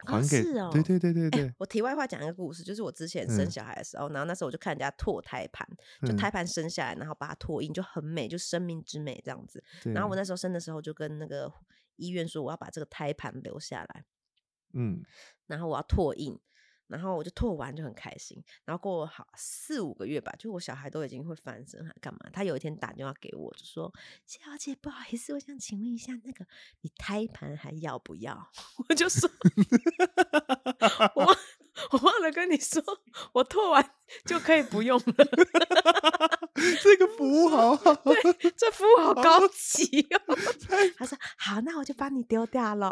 Speaker 1: 哦
Speaker 3: 还给、
Speaker 1: 是哦
Speaker 3: 对对对对
Speaker 1: 哎
Speaker 3: 对，
Speaker 1: 我题外话讲一个故事，就是我之前生
Speaker 3: 嗯
Speaker 1: 小孩的时候，然后那时候我就看人家拓胎盘，就
Speaker 3: 嗯
Speaker 1: 胎盘生下来，然后把它拓印，就很美，就生命之美这样子。
Speaker 3: 对
Speaker 1: 然后我那时候生的时候，就跟那个医院说，我要把这个胎盘留下来，
Speaker 3: 嗯
Speaker 1: 然后我要拓印，然后我就拓完就很开心。然后过好四五个月吧，就我小孩都已经会翻身还干嘛？他有一天打电话给我，就说：“小姐，不好意思，我想请问一下，那个你胎盘还要不要？” 我就说：“我忘我忘了跟你说，我拓完就可以不用了。”
Speaker 3: 这个服务好好，
Speaker 1: 这服务好高级哦！他说：“好，那我就帮你丢掉了。”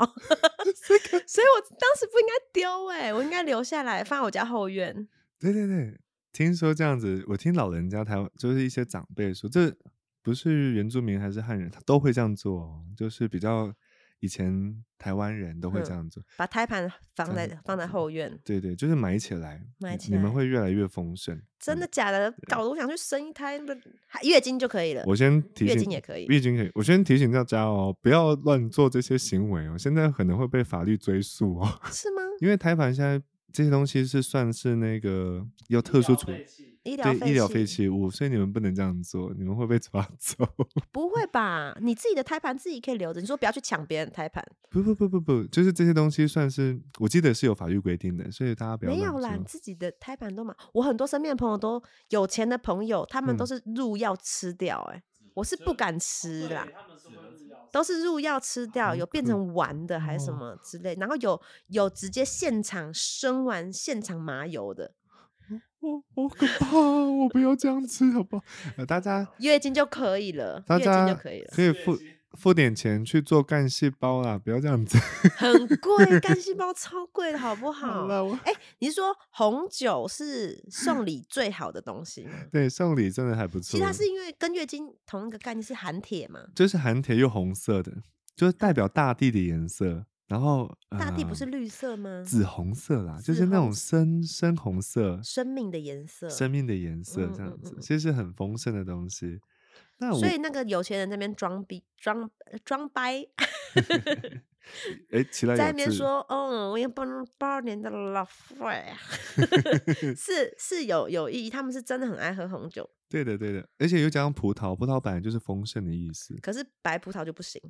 Speaker 1: 所以，我当时不应该丢哎、我应该留下来放我家后院。
Speaker 3: 对对对，听说这样子，我听老人家台湾就是一些长辈说，这不是原住民还是汉人，他都会这样做哦，就是比较以前台湾人都会这
Speaker 1: 嗯
Speaker 3: 样做，
Speaker 1: 把胎盘放
Speaker 3: 真
Speaker 1: 在
Speaker 3: 的
Speaker 1: 放在后院，
Speaker 3: 对对，就是埋起来，
Speaker 1: 埋
Speaker 3: 你
Speaker 1: 起
Speaker 3: 你
Speaker 1: 来
Speaker 3: 们会越来越丰盛。嗯
Speaker 1: 真的假的？搞得我想去生一胎，那还月经就可以了。
Speaker 3: 我先提
Speaker 1: 月
Speaker 3: 醒，
Speaker 1: 经也可以
Speaker 3: 月经可以。我先提醒大家哦，不要乱做这些行为哦，现在可能会被法律追诉哦，
Speaker 1: 是吗？
Speaker 3: 因为胎盘现在这些东西是算是那个要特殊处
Speaker 2: 废弃
Speaker 1: 医疗
Speaker 3: 对医疗
Speaker 1: 废
Speaker 3: 废
Speaker 1: 弃
Speaker 3: 弃物，所以你们不能这样做，你们会被 抓走。
Speaker 1: 不会吧？你自己的胎盘自己可以留着，你说不要去抢别人的胎盘，
Speaker 3: 不不不不不，就是这些东西算是我记得是有法律规定的，所以大家不要
Speaker 1: 没
Speaker 3: 乱
Speaker 1: 有啦，
Speaker 3: 做
Speaker 1: 你自己的胎盘都买。我很多身边的朋友都有钱的朋友，他们都
Speaker 3: 嗯
Speaker 1: 是入药吃掉、欸，哎、我是不敢吃啦
Speaker 2: 对。他们是会入药
Speaker 1: 都是入药吃掉，
Speaker 3: 好
Speaker 1: 有变
Speaker 3: 可
Speaker 1: 成丸的还是什
Speaker 3: 怕
Speaker 1: 么之类，然后有有直接现场生完现场麻油的，
Speaker 3: 哦， 好可怕哦！我不要这样吃，好不好？呃，大家
Speaker 1: 月经就可以了，
Speaker 3: 大
Speaker 1: 月经
Speaker 3: 家
Speaker 1: 就可以了，
Speaker 3: 可以付付点钱去做干细胞啦，不要这样子。
Speaker 1: 很贵，干细胞超贵的好不好？
Speaker 3: 了，我嗯
Speaker 1: 哎、你是说红酒是送礼最好的东西吗？
Speaker 3: 对送礼真的还不错。
Speaker 1: 其实它是因为跟月经同一个概念，是含铁嘛。
Speaker 3: 就是含铁又红色的，就是代表大地的颜色。然后
Speaker 1: 大地不是
Speaker 3: 呃
Speaker 1: 绿色吗？
Speaker 3: 紫红色啦，
Speaker 1: 紫
Speaker 3: 就是那
Speaker 1: 红
Speaker 3: 种深深红色，
Speaker 1: 生命的颜色。
Speaker 3: 生命的颜色
Speaker 1: 嗯
Speaker 3: 这样
Speaker 1: 嗯
Speaker 3: 子
Speaker 1: 嗯，
Speaker 3: 其实很丰盛的东西。那我
Speaker 1: 所以那个有钱人在那边装逼、装呃装掰，
Speaker 3: 哎，其他
Speaker 1: 在那
Speaker 3: 有
Speaker 1: 边
Speaker 3: 字
Speaker 1: 说，嗯，我也不能包年的老费， 是是有有意义，他们是真的很爱喝红酒，
Speaker 3: 对的对的，而且又加上葡萄，葡萄本来就是丰盛的意思，
Speaker 1: 可是白葡萄就不行，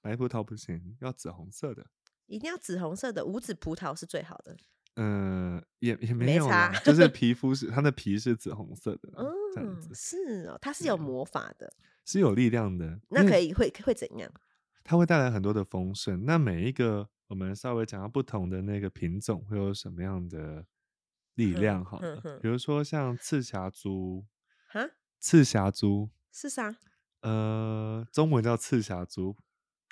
Speaker 3: 白葡萄不行，要紫红色的。
Speaker 1: 一定要紫红色的无籽葡萄是最好的。
Speaker 3: 呃，也也没
Speaker 1: 没
Speaker 3: 有啦，
Speaker 1: 差
Speaker 3: 就是皮肤是它的皮是紫红色的啦，哦这样
Speaker 1: 嗯
Speaker 3: 子，
Speaker 1: 是哦，它是有魔法的，
Speaker 3: 是有力量的。
Speaker 1: 那
Speaker 3: 因为
Speaker 1: 可以会会怎样？
Speaker 3: 它会带来很多的丰盛。那每一个我们稍微讲到不同的那个品种会有什么样的力
Speaker 1: 哼
Speaker 3: 量？好
Speaker 1: 哼
Speaker 3: 了，
Speaker 1: 哼
Speaker 3: 比如说像赤霞珠，
Speaker 1: 哈，
Speaker 3: 赤霞珠，
Speaker 1: 是啥？
Speaker 3: 呃，中文叫赤霞珠，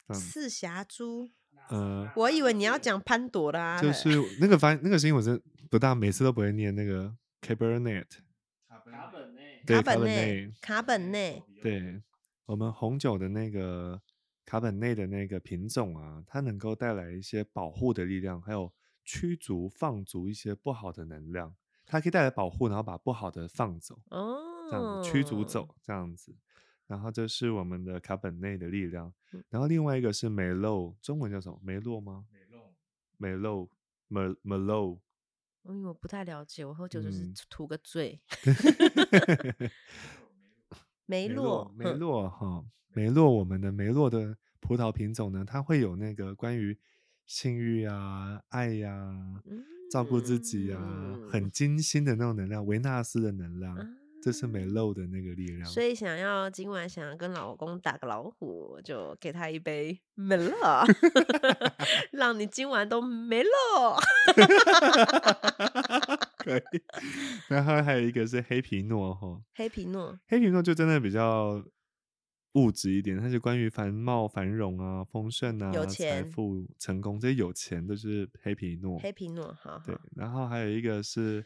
Speaker 3: 嗯，
Speaker 1: 赤霞珠？
Speaker 3: 呃
Speaker 1: 我以为你要讲潘朵拉嘞，
Speaker 3: 就是那个翻那个是因为我真不大，每次都不会念那个 Cabernet，
Speaker 2: 卡本内
Speaker 3: 对
Speaker 1: 卡本内
Speaker 3: Cabernet，
Speaker 1: 卡本内，
Speaker 3: 对我们红酒的那个卡本内的那个品种啊，它能够带来一些保护的力量，还有驱逐、放逐一些不好的能量，它可以带来保护，然后把不好的放走，这样
Speaker 1: 哦，
Speaker 3: 子驱逐走，这样子。然后这是我们的卡本内的力量
Speaker 1: 嗯，
Speaker 3: 然后另外一个是梅洛，中文叫什么？梅洛吗？梅洛，梅梅洛，
Speaker 1: 因哎为我不太了解，我喝酒就是
Speaker 3: 嗯
Speaker 1: 图个 醉。梅洛，嗯
Speaker 3: 梅
Speaker 1: 哼
Speaker 3: 洛哈，梅洛，我们的梅洛的葡萄品种呢，它会有那个关于性欲啊、爱呀、照顾自己啊，很
Speaker 1: 嗯
Speaker 3: 精心的那种能量，维纳斯的能量，这是梅
Speaker 1: 啊
Speaker 3: 洛的那个力量。
Speaker 1: 所以想要今晚想要跟老公打个老虎，就给他一杯梅洛， 让你今晚都梅洛。
Speaker 3: 可以。然后还有一个是黑皮诺哈，
Speaker 1: 黑皮诺，
Speaker 3: 黑皮诺就真的比较物质一点，它是关于繁茂、繁荣啊、丰盛啊、
Speaker 1: 有
Speaker 3: 财
Speaker 1: 钱
Speaker 3: 富、成功这些有钱都是黑皮诺。
Speaker 1: 黑皮诺，好
Speaker 3: 哦对
Speaker 1: 好，
Speaker 3: 然后还有一个是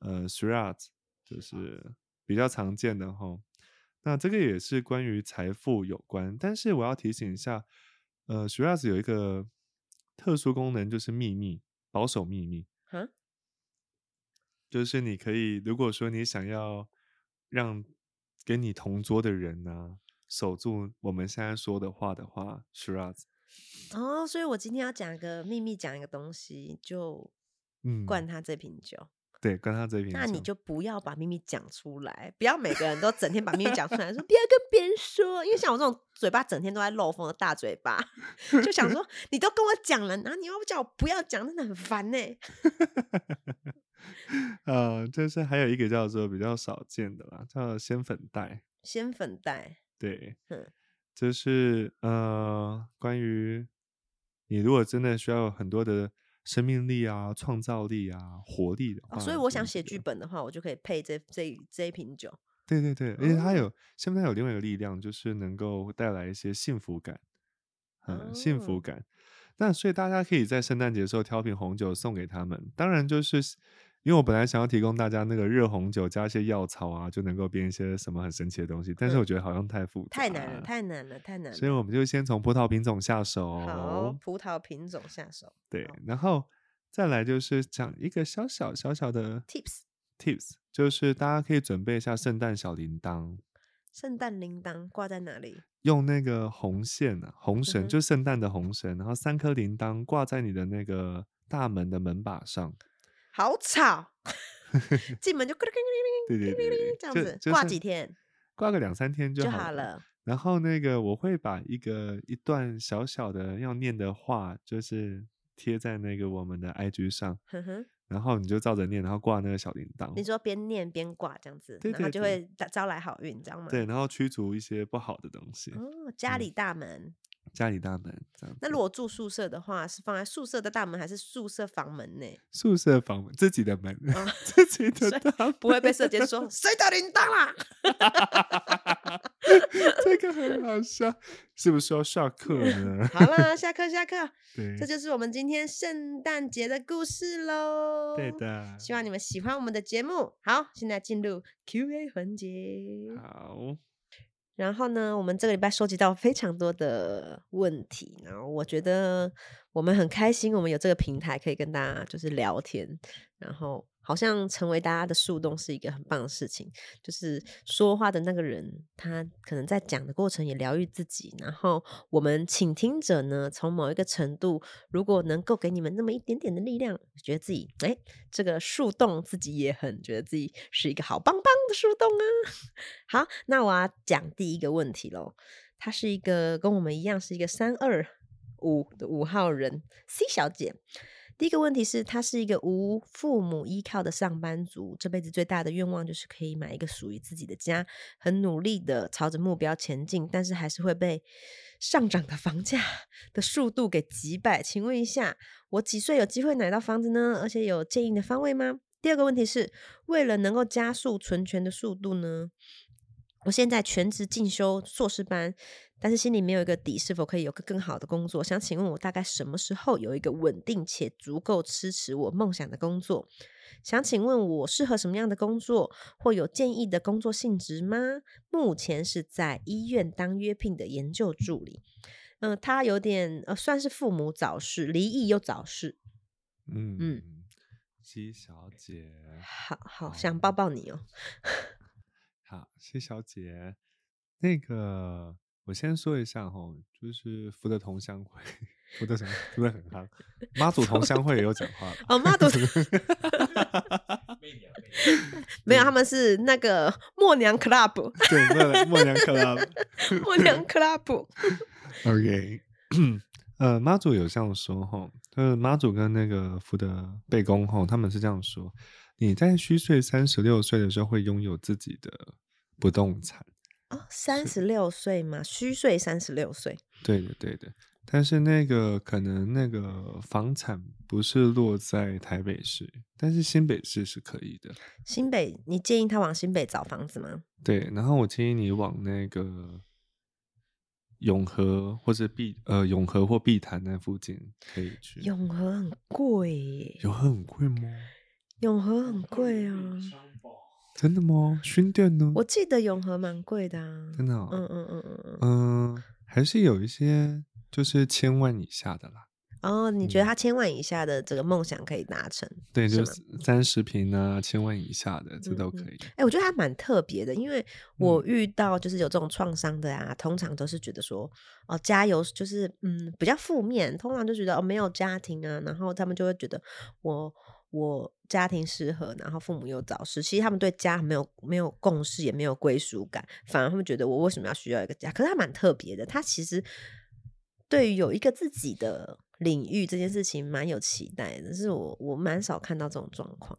Speaker 3: 呃 Shiraz，就是比较常见的哈。那这个也是关于财富有关，但是我要提醒一下，呃，Shiraz 有一个特殊功能，就是秘密，保守秘密。
Speaker 1: 哈，
Speaker 3: 就是你可以，如果说你想要让跟你同桌的人呢、守住我们现在说的话的话，Shiraz，
Speaker 1: 哦，所以我今天要讲一个秘密，讲一个东西，就
Speaker 3: 嗯，
Speaker 1: 灌他这瓶酒。
Speaker 3: 对，跟他这瓶酒，
Speaker 1: 那你就不要把秘密讲出来，不要每个人都整天把秘密讲出来，说不要跟别人说，因为像我这种嘴巴整天都在漏风的大嘴巴，就想说你都跟我讲了，然后你又叫我不要讲，真的很烦呢、
Speaker 3: 呃，就是还有一个叫做比较少见的啦，叫仙粉袋。
Speaker 1: 仙粉袋，
Speaker 3: 对，
Speaker 1: 哼
Speaker 3: 就是呃，关于你如果真的需要有很多的生命力啊、创造力啊、活力的话，
Speaker 1: 哦所以我想
Speaker 3: 这
Speaker 1: 写
Speaker 3: 个
Speaker 1: 剧本的话，我就可以配这这这一瓶酒。
Speaker 3: 对对对，而且它
Speaker 1: 哦
Speaker 3: 有现在有另外一个力量，就是能够带来一些幸福感，嗯，幸
Speaker 1: 哦
Speaker 3: 福感。那所以大家可以在圣诞节的时候挑瓶红酒送给他们。当然，就是因为我本来想要提供大家那个热红酒加一些药草啊，就能够变一些什么很神奇的东西，但是我
Speaker 1: 嗯
Speaker 3: 觉得好像太复杂，
Speaker 1: 太难了，太难了，太难
Speaker 3: 啊所以哦
Speaker 1: 了。
Speaker 3: 我们就先从葡萄品种下手。
Speaker 1: 好，葡萄品种下手
Speaker 3: 对
Speaker 1: 好，
Speaker 3: 然后再来就是讲一个小小小小的
Speaker 1: tips，
Speaker 3: tips，就是大家可以准备一下圣诞小铃铛。
Speaker 1: 圣诞铃铛挂在哪里？
Speaker 3: 用那个红线啊，红绳，
Speaker 1: 嗯哼
Speaker 3: 就圣诞的红绳，然后三颗铃铛挂在你的那个大门的门把上。
Speaker 1: 好吵， 进门就咯咯咯咯
Speaker 3: 对对对对对
Speaker 1: 这样
Speaker 3: 就
Speaker 1: 子
Speaker 3: 就
Speaker 1: 挂
Speaker 3: 是
Speaker 1: 几天
Speaker 3: 挂个两三 天
Speaker 1: 就
Speaker 3: 好
Speaker 1: 好。了。
Speaker 3: 然后那个我会把一个一段小小的要念的话，就是贴在那个我们的 IG 上，
Speaker 1: 哼嗯哼，
Speaker 3: 然后你就照着念，然后挂那个小铃铛。
Speaker 1: 你说边念边挂这样子，
Speaker 3: 对
Speaker 1: 然后
Speaker 3: 对
Speaker 1: 就
Speaker 3: 对
Speaker 1: 会招招来好运，你知道吗？
Speaker 3: 对，然后驱逐一些不好的东西，
Speaker 1: 哦，家
Speaker 3: 嗯
Speaker 1: 里大门。
Speaker 3: 家里大门这样子。
Speaker 1: 那如果住宿舍的话，是放在宿舍的大门还是宿舍房门呢？
Speaker 3: 宿舍房门自己的门，
Speaker 1: 啊
Speaker 3: 自己的
Speaker 1: 所以
Speaker 3: 大门
Speaker 1: 不会被舍监说谁的铃铛啦？
Speaker 3: 这个很好 笑，是不是要下课呢？
Speaker 1: 好啦，下课 下课，
Speaker 3: 对，
Speaker 1: 这就是我们今天圣诞节的故事喽。
Speaker 3: 对。的。
Speaker 1: 希望你们喜欢我们的节目。好，现在进入 Q&A 环节。
Speaker 3: 好，
Speaker 1: 然后呢，我们这个礼拜收集到非常多的问题，然后我觉得我们很开心，我们有这个平台可以跟大家就是聊天，然后好像成为大家的树洞是一个很棒的事情，就是说话的那个人他可能在讲的过程也疗愈自己，然后我们倾听者呢，从某一个程度，如果能够给你们那么一点点的力量，觉得自己哎这个树洞自己也很觉得自己是一个好棒棒的树洞啊。 好，那我要讲第一个问题喽。她是一个跟我们一样是一个三二五的五号人 C 小姐。第一个问题是，她是一个无父母依靠的上班族，这辈子最大的愿望就是可以买一个属于自己的家，很努力的朝着目标前进，但是还是会被上涨的房价的速度给击败。请问一下，我几岁有机会买到房子呢？而且有建议的方位吗？第二个问题是，为了能够加速存钱的速度呢，我现在全职进修硕士班，但是心里没有一个底，是否可以有个更好的工作？想请问我大概什么时候有一个稳定且足够支持我梦想的工作？想请问我适合什么样的工作，或有建议的工作性质吗？目前是在医院当约聘的研究助理。嗯、他有点呃，算是父母早逝，离异又早逝，
Speaker 3: 嗯
Speaker 1: 嗯
Speaker 3: 西小姐，
Speaker 1: 好好想抱抱你哦。
Speaker 3: 好，西小姐，那个我先说一下哈，就是福德同乡会， 福德什么真的很夯，妈祖同乡会也有讲话了
Speaker 1: 哦， 妈都
Speaker 2: 媚娘媚娘
Speaker 1: 没有，他们是那个默娘 club，
Speaker 3: 对，默娘默娘 club，OK，、
Speaker 1: 默 娘 club。
Speaker 3: OK 呃，妈祖有这样说哈，就是妈祖跟那个福德贝公吼，他们是这样说：你在虚岁三十六岁的时候会拥有自己的不动产。
Speaker 1: 哦，三十六岁嘛，虚岁三十六岁，
Speaker 3: 对的，对的。但是那个可能那个房产不是落在台北市，但是新北市是可以的。
Speaker 1: 新北，你建议他往新北找房子吗？
Speaker 3: 对，然后我建议你往那个永和或是碧呃永和或碧潭那附近可以去。
Speaker 1: 永和很贵耶，
Speaker 3: 嗯永和很贵吗？
Speaker 1: 永和很贵啊，
Speaker 3: 嗯
Speaker 2: 商宝
Speaker 3: 真的吗？熏店呢？
Speaker 1: 我记得永和蛮贵的啊。
Speaker 3: 真的、哦，
Speaker 1: 嗯嗯嗯嗯嗯。
Speaker 3: 嗯、还是有一些就是千万以下的啦。
Speaker 1: 哦，你觉得
Speaker 3: 嗯
Speaker 1: 他千万以下的这个梦想可以达成？
Speaker 3: 对，
Speaker 1: 是
Speaker 3: 就
Speaker 1: 吗
Speaker 3: 是三十平啊，千万以下的这
Speaker 1: 嗯
Speaker 3: 都
Speaker 1: 嗯
Speaker 3: 可以。
Speaker 1: 哎、我觉得还蛮特别的，因为我
Speaker 3: 嗯
Speaker 1: 遇到就是有这种创伤的啊，通常都是觉得说哦，加油，就是嗯比较负面，通常就觉得哦没有家庭啊，然后他们就会觉得我我家庭失和，然后父母又早逝，其实他们对家没有没有共识，也没有归属感，反而他们觉得我为什么要需要一个家？可是他蛮特别的，他其实对于有一个自己的领域这件事情蛮有期待的，是我我蛮少看到这种状况。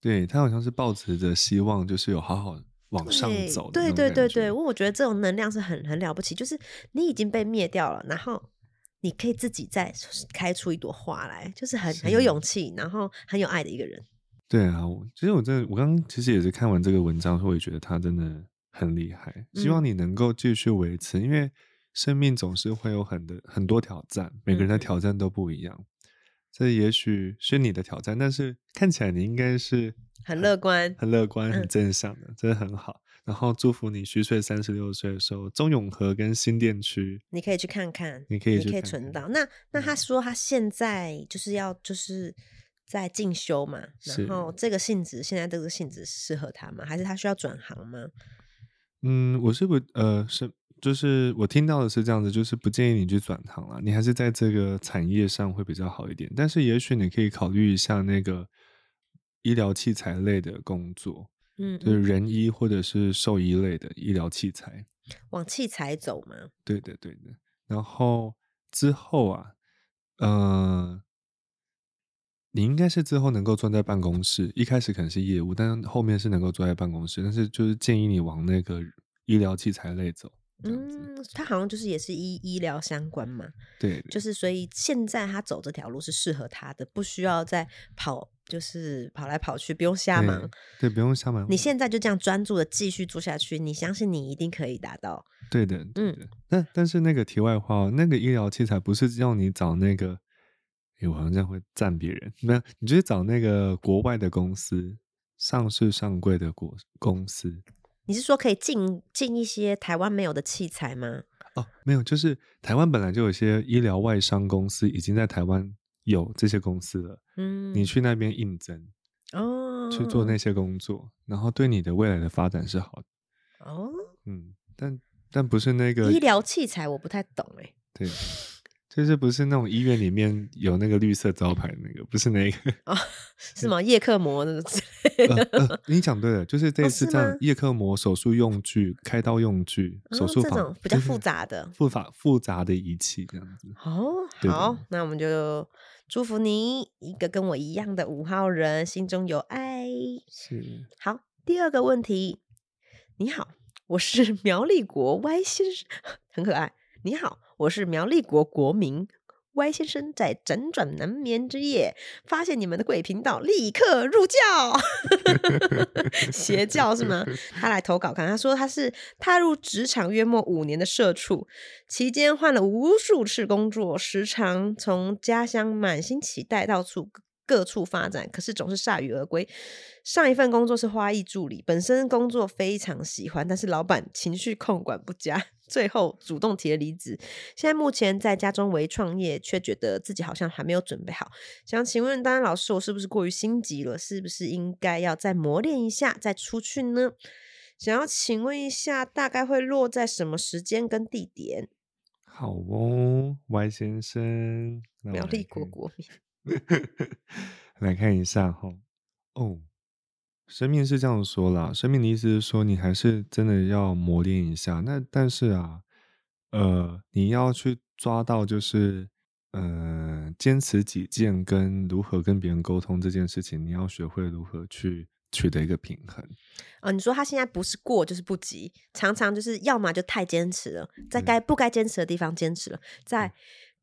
Speaker 3: 对他好像是抱持着希望，就是有好好往上
Speaker 1: 对
Speaker 3: 走的那
Speaker 1: 对
Speaker 3: 种
Speaker 1: 对对
Speaker 3: 感觉
Speaker 1: 对，因为我觉得这种能量是很很了不起，就是你已经被灭掉了，然后你可以自己再开出一朵花来，就是很很有
Speaker 3: 是
Speaker 1: 勇气，然后很有爱的一个人。
Speaker 3: 对啊，我其实我真的，我刚刚其实也是看完这个文章之后，我也觉得他真的很厉害。希望
Speaker 1: 嗯
Speaker 3: 你能够继续维持，因为生命总是会有很多很多挑战，每个人的
Speaker 1: 嗯
Speaker 3: 挑战都不一样。这也许是你的挑战，但是看起来你应该是
Speaker 1: 很乐观
Speaker 3: 很乐观、很
Speaker 1: 嗯
Speaker 3: 正向的，真的很好。然后祝福你虚岁三十六岁的时候，中永和跟新店区，
Speaker 1: 你可以去看看，
Speaker 3: 你可以去
Speaker 1: 你可以
Speaker 3: 看
Speaker 1: 存
Speaker 3: 看
Speaker 1: 到。那那他
Speaker 3: 嗯
Speaker 1: 说他现在就是要就是在进修嘛，
Speaker 3: 是
Speaker 1: 然后这个性质现在这个性质适合他吗？还是他需要转行吗？
Speaker 3: 嗯，我是不呃是就是我听到的是这样子，就是不建议你去转行啦，你还是在这个产业上会比较好一点。但是也许你可以考虑一下那个医疗器材类的工作，
Speaker 1: 嗯，
Speaker 3: 就是
Speaker 1: 嗯
Speaker 3: 人医或者是兽医类的医疗器材。
Speaker 1: 往器材走嘛。
Speaker 3: 对的，对的。然后之后啊，呃，你应该是之后能够坐在办公室，一开始可能是业务，但后面是能够坐在办公室，但是就是建议你往那个医疗器材类走，这样子。
Speaker 1: 嗯，他好像就是也是医医疗相关嘛。
Speaker 3: 对的，
Speaker 1: 就是所以现在他走这条路是适合他的，不需要再跑，就是跑来跑去，不用瞎
Speaker 3: 对
Speaker 1: 忙。
Speaker 3: 对，不用瞎忙。
Speaker 1: 你现在就这样专注的继续做下去，你相信你一定可以达到。
Speaker 3: 对的，对
Speaker 1: 嗯
Speaker 3: 的。但但是那个题外话、哦，那个医疗器材不是要你找那个，诶，我好像这样会赞别人。没有，你就是找那个国外的公司，上市上柜的国公司。
Speaker 1: 你是说可以进进一些台湾没有的器材吗？
Speaker 3: 哦，没有，就是台湾本来就有一些医疗外商公司已经在台湾有这些公司了，
Speaker 1: 嗯，
Speaker 3: 你去那边应征
Speaker 1: 哦
Speaker 3: 去做那些工作，然后对你的未来的发展是好的。
Speaker 1: 哦
Speaker 3: 嗯，但但不是那个
Speaker 1: 医疗器材我不太懂哎、
Speaker 3: 对，就是不是那种医院里面有那个绿色招牌那个，不是 那个。
Speaker 1: 哦，是吗？叶克膜那种之类
Speaker 3: 呃
Speaker 1: 的。
Speaker 3: 呃，你讲对了，就是这
Speaker 1: 哦
Speaker 3: 一次
Speaker 1: 是
Speaker 3: 这样
Speaker 1: 吗，
Speaker 3: 叶克膜手术用具、开刀用具、手
Speaker 1: 哦
Speaker 3: 术
Speaker 1: 这
Speaker 3: 房
Speaker 1: 种比较
Speaker 3: 就是
Speaker 1: 复杂的
Speaker 3: 复杂复杂的仪器这样子。
Speaker 1: 哦，
Speaker 3: 对的
Speaker 1: 好，那我们就祝福你一个跟我一样的五号人，心中有爱。
Speaker 3: 是，
Speaker 1: 好，第二个问题，你好，我是 苗栗国 Y 先生， 很可爱。你好，我是苗栗国国民 Y 先生，在辗转难眠之夜，发现你们的鬼频道，立刻入教，邪教 是吗？他来投稿看，他说他是踏入职场约莫五年的社畜，期间换了无数次工作，时常从家乡满心期待到处各处发展，可是总是铩羽而归。上一份工作是花艺助理，本身工作非常喜欢，但是老板情绪控管不佳， 最后主动提了离职。现在目前在家中微创业，却觉得自己好像还没有准备好。想请问丹丹老师，我是不是过于心急了？是不是应该要再磨练一下再出去呢？想要请问一下，大概会落在什么时间跟地点？
Speaker 3: 好哦，Y 先生，那我
Speaker 1: 苗
Speaker 3: 来
Speaker 1: 栗国
Speaker 3: 看
Speaker 1: 国民，
Speaker 3: 来看一下哈。哦，生命是这样说啦，生命的意思是说你还是真的要磨练一下。那但是啊，呃，你要去抓到就是呃，坚持己见跟如何跟别人沟通这件事情，你要学会如何去取得一个平衡。
Speaker 1: 哦，你说他现在不是过就是不及，常常就是要么就太坚持了，在
Speaker 3: 对
Speaker 1: 该不该坚持的地方坚持了，
Speaker 3: 嗯
Speaker 1: 在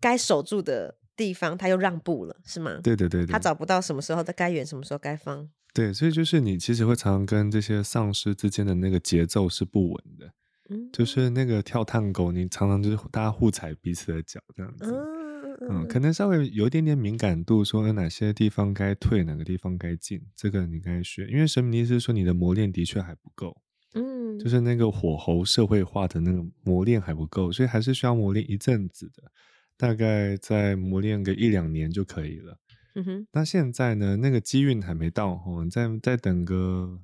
Speaker 1: 该守住的地方他又让步了，是吗？
Speaker 3: 对的，对的。
Speaker 1: 他找不到什么时候的该远，什么时候该放。
Speaker 3: 对，所以就是你其实会常常跟这些丧尸之间的那个节奏是不稳的，
Speaker 1: 嗯
Speaker 3: 就是那个跳探狗，你常常就是大家互踩彼此的脚这样子。
Speaker 1: 嗯
Speaker 3: 嗯，可能稍微有一点点敏感度，说呃哪些地方该退，哪个地方该进，这个你该学。因为神明的意思是说，你的磨练的确还不够，
Speaker 1: 嗯
Speaker 3: 就是那个火候社会化的那个磨练还不够，所以还是需要磨练一阵子的，大概再磨练个一两年就可以了。
Speaker 1: 嗯哼
Speaker 3: 那现在呢，那个机运还没到哦，再再等个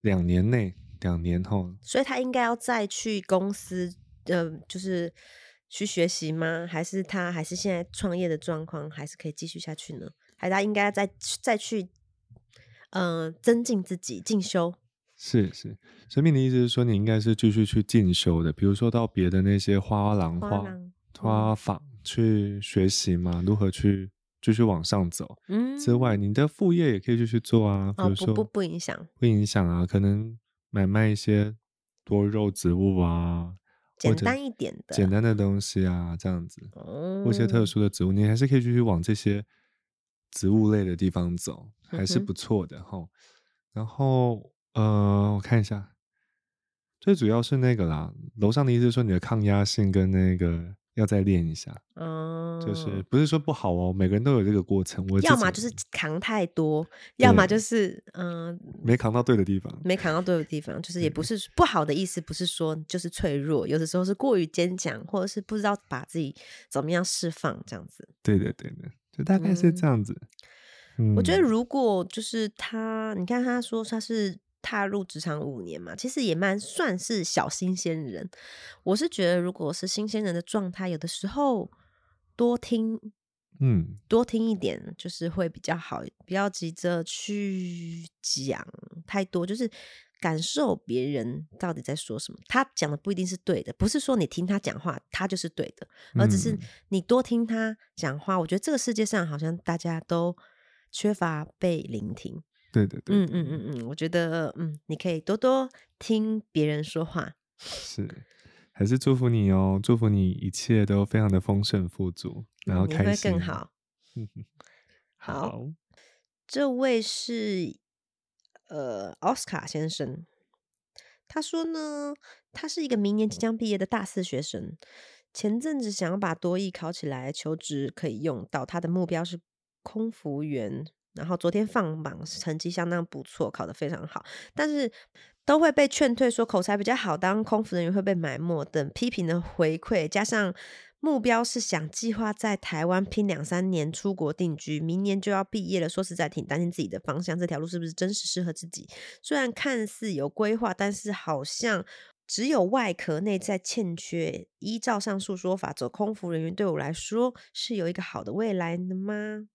Speaker 3: 两年内，两年后，
Speaker 1: 所以他应该要再去公司，呃，就是去学习吗？还是他还是现在创业的状况还是可以继续下去呢？还是他应该再去再去，嗯、增进自己进修？
Speaker 3: 是是，神明的意思是说，你应该是继续去进修的，比如说到别的那些画廊、
Speaker 1: 花
Speaker 3: 画
Speaker 1: 廊嗯
Speaker 3: 花坊去学习嘛，如何去继续往上走。
Speaker 1: 嗯
Speaker 3: 之外，你的副业也可以继续做啊，比
Speaker 1: 哦
Speaker 3: 如
Speaker 1: 不
Speaker 3: 说
Speaker 1: 不不影响，
Speaker 3: 不影响啊，可能买卖一些多肉植物啊，
Speaker 1: 简
Speaker 3: 或者
Speaker 1: 单一点的，
Speaker 3: 简单的东西啊，这样子，
Speaker 1: 哦，
Speaker 3: 或一些特殊的植物，你还是可以继续往这些植物类的地方走，还是
Speaker 1: 嗯哼
Speaker 3: 不错的哈。然后呃，我看一下，最主要是那个啦，楼上的意思是说你的抗压性跟那个要再练一下，
Speaker 1: 哦，
Speaker 3: 就是不是说不好哦，每个人都有这个过程。我自
Speaker 1: 要么就
Speaker 3: 己
Speaker 1: 是扛太多，要么
Speaker 3: 对
Speaker 1: 就是嗯、
Speaker 3: 没扛到对的地方，
Speaker 1: 没扛到对的地方，就是也不是不好的意思，不是说就是脆弱，有的时候是过于坚强，或者是不知道把自己怎么样释放这样子。
Speaker 3: 对的对的，就大概是这样子。嗯
Speaker 1: 我觉得如果就是他，你看他说他是踏入职场五年嘛，其实也蛮算是小新鲜人。我是觉得如果是新鲜人的状态，有的时候多听
Speaker 3: 嗯，
Speaker 1: 多听一点，就是会比较好，不要急着去讲太多，就是感受别人到底在说什么。他讲的不一定是对的，不是说你听他讲话他就是对的，而呃只是
Speaker 3: 嗯
Speaker 1: 你多听他讲话。我觉得这个世界上好像大家都缺乏被聆听。
Speaker 3: 对的对
Speaker 1: 嗯
Speaker 3: 的，
Speaker 1: 嗯嗯嗯，我觉得嗯，你可以多多听别人说话。
Speaker 3: 是。还是祝福你哦，祝福你一切都非常的丰盛富足，然后
Speaker 1: 嗯你
Speaker 3: 开
Speaker 1: 会
Speaker 3: 心。
Speaker 1: 更好。好
Speaker 3: 好
Speaker 1: 这位是呃奥斯卡先生，他说呢，他是一个明年即将毕业的大四学生，前阵子想要把多艺考起来，求职可以用到。他的目标是空服员，然后昨天放榜，成绩相当不错，考得非常好，但是。都会被劝退，说口才比较好，当空服人员会被埋没等批评的回馈，加上目标是想计划在台湾拼两三年，出国定居，明年就要毕业了。说实在，挺担心自己的方向，这条路是不是真实适合自己？虽然看似有规划，但是好像只有外壳，内在欠缺。依照上述说法，走空服人员对我来说是有一个好的未来的吗？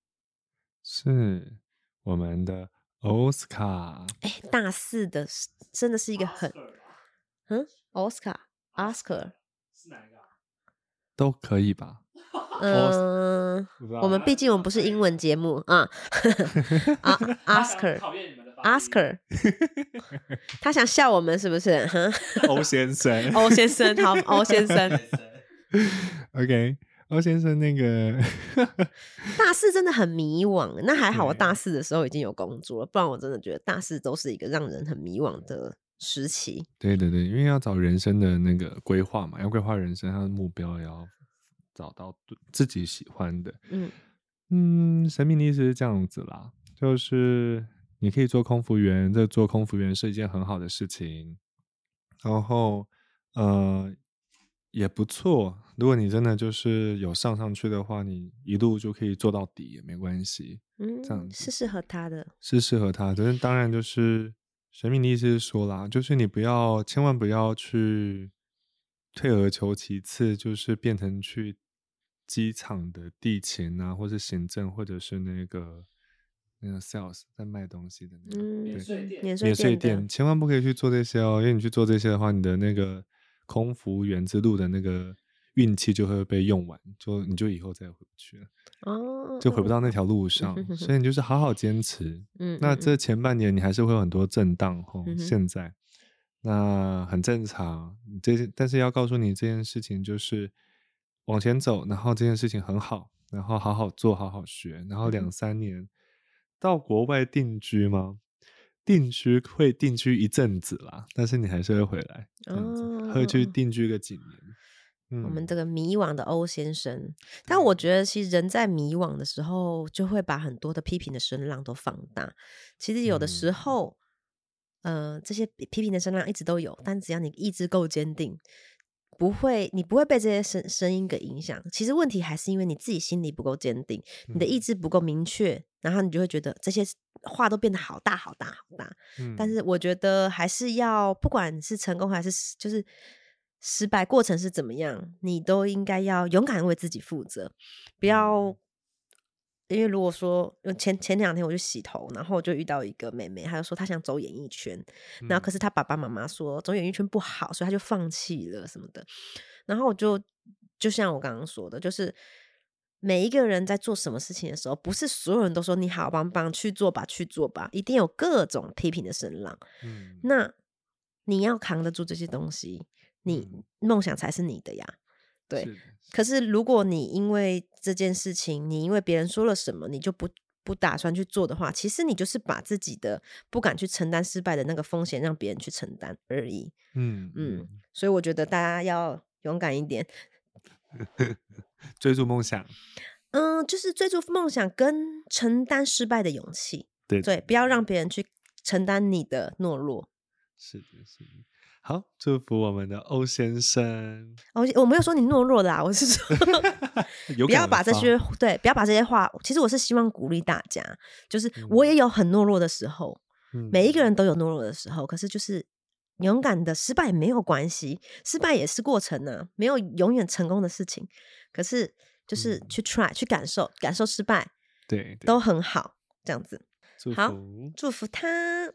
Speaker 3: 是我们的奥斯卡，
Speaker 1: 哎，大四的是真的是一个很
Speaker 2: Oscar 吧
Speaker 1: 嗯，Oscar，Oscar，
Speaker 2: 是哪一个啊？
Speaker 3: 都可以吧？
Speaker 1: 嗯，我们毕竟我们不是英文节目啊，啊
Speaker 2: 他想
Speaker 1: ，Oscar。
Speaker 2: 考验你们的发音
Speaker 1: Oscar，他 想笑我们是不是？哼
Speaker 3: 欧先生
Speaker 1: 欧先生，好，欧先 生，
Speaker 3: ，OK，欧先生那个
Speaker 1: 大四真的很迷惘。那还好，我
Speaker 3: 对
Speaker 1: 大四的时候已经有工作了，不然我真的觉得大四都是一个让人很迷惘的时期。
Speaker 3: 对对对，因为要找人生的那个规划嘛，要规划人生，他的目标也要找到对自己喜欢的。
Speaker 1: 嗯
Speaker 3: 嗯，神秘的意思是这样子啦，就是你可以做空服员，这做空服员是一件很好的事情，然后呃也不错。如果你真的就是有上上去的话，你一路就可以做到底也没关系，
Speaker 1: 嗯，
Speaker 3: 这样子
Speaker 1: 是适合他的。
Speaker 3: 是适合他。但是当然就是神秘的意思是说啦，就是你不要千万不要去退而求其次，就是变成去机场的地勤啊，或是行政，或者是那个那个 sales 在卖东西的那个、
Speaker 1: 嗯，
Speaker 2: 免
Speaker 3: 对
Speaker 2: 税店
Speaker 1: 免税
Speaker 3: 免税
Speaker 1: 店
Speaker 3: 店，千万不可以去做这些哦，因为你去做这些的话，你的那个空服员之路的那个。运气就会被用完，就你就以后再也回不去了，
Speaker 1: 的哦，
Speaker 3: 就回不
Speaker 1: 哦
Speaker 3: 到那条路上。所以你就是好好坚持，
Speaker 1: 嗯，
Speaker 3: 那
Speaker 1: 嗯
Speaker 3: 这前半年你还是会有很多震荡吼，
Speaker 1: 嗯哼
Speaker 3: 现在那很正常。你这件但是要告诉你这件事情就是往前走，然后这件事情很好，然后好好做，好好学，然后
Speaker 1: 嗯
Speaker 3: 两
Speaker 1: 哼
Speaker 3: 三年、到国外定居吗？定居会定居一阵子啦，但是你还是会回来，这样子
Speaker 1: 哦
Speaker 3: 会去
Speaker 1: 嗯嗯
Speaker 3: 定居个几年。嗯，
Speaker 1: 我们这个迷惘的欧先生，但我觉得其实人在迷惘的时候，就会把很多的批评的声浪都放大。其实有的时
Speaker 3: 嗯
Speaker 1: 候，呃，这些批批评的声浪一直都有，但只要你意志够坚定，不会，你不会被这些声声音给影响。其实问题还是因为你自己心里不够坚定，你
Speaker 3: 嗯
Speaker 1: 的意志不够明确，然后你就会觉得这些话都变得好大好大好大，
Speaker 3: 嗯，
Speaker 1: 但是我觉得还是要，不管是成功还是失就是失败，过程是怎么样，你都应该要勇敢地为自己负责，不要。因为如果说呃前前两天我去洗头，然后我就遇到一个妹妹，她就说她想走演艺圈，
Speaker 3: 嗯
Speaker 1: 然后可是他爸爸妈妈说走演艺圈不好，所以他就放弃了什么的。然后我就就像我刚刚说的，就是每一个人在做什么事情的时候，不是所有人都说你好棒棒去做吧去做吧，一定有各种批评的声浪。
Speaker 3: 嗯
Speaker 1: 那你要扛得住这些东西，你梦想才是你的呀。对，
Speaker 3: 是的
Speaker 1: 可是如果你因为这件事情，你因为别人说了什么，你就不不打算去做的话，其实你就是把自己的不敢去承担失败的那个风险让别人去承担而已。
Speaker 3: 嗯
Speaker 1: 嗯
Speaker 3: 嗯，
Speaker 1: 所以我觉得大家要勇敢一点。
Speaker 3: 追逐梦想，
Speaker 1: 嗯，就是追逐梦想跟承担失败的勇气，
Speaker 3: 对嗯
Speaker 1: 对，不要让别人去承担你的懦弱。
Speaker 3: 是的，是的。好，祝福我们的欧先生，
Speaker 1: 哦，我没有说你懦弱的啊，我是说
Speaker 3: 有嗯
Speaker 1: 不要
Speaker 3: 感而
Speaker 1: 把这
Speaker 3: 发
Speaker 1: 些对，不要把这些话。其实我是希望鼓励大家，就是我也有很懦弱的时候，每一个
Speaker 3: 嗯
Speaker 1: 人都有懦弱的时候，可是就是勇敢的失败也没有关系，失败也是过程呢、没有永远成功的事情。可是就是
Speaker 3: 嗯
Speaker 1: 去 try，、去感受，感受失败
Speaker 3: 对对
Speaker 1: 都很好，这样子
Speaker 3: 祝
Speaker 1: 好
Speaker 3: 福，
Speaker 1: 祝福他。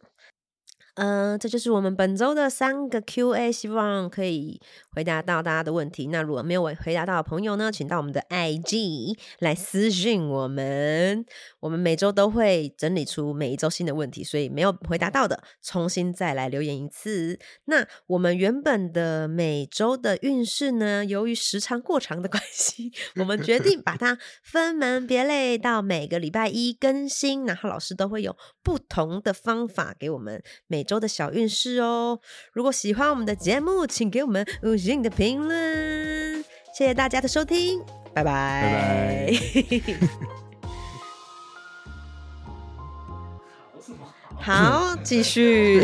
Speaker 1: 嗯、这就是我们本周的三个 Q&A，希望可以回答到大家的问题。那如果没有回回答到的朋友呢，请到我们的 IG 来私讯我们。我们每周都会整理出每一周新的问题，所以没有回答到的，重新再来留言一次。那我们原本的每周的运势呢，由于时长过长的关系，我们决定把它分门别类到每个礼拜一更新，然后老师都会有不同的方法给我们每周的小运势哦。如果喜欢我们的节目，请给我们五星的评论。谢谢大家的收听，拜拜。
Speaker 2: 好什么好？
Speaker 1: 好，继续。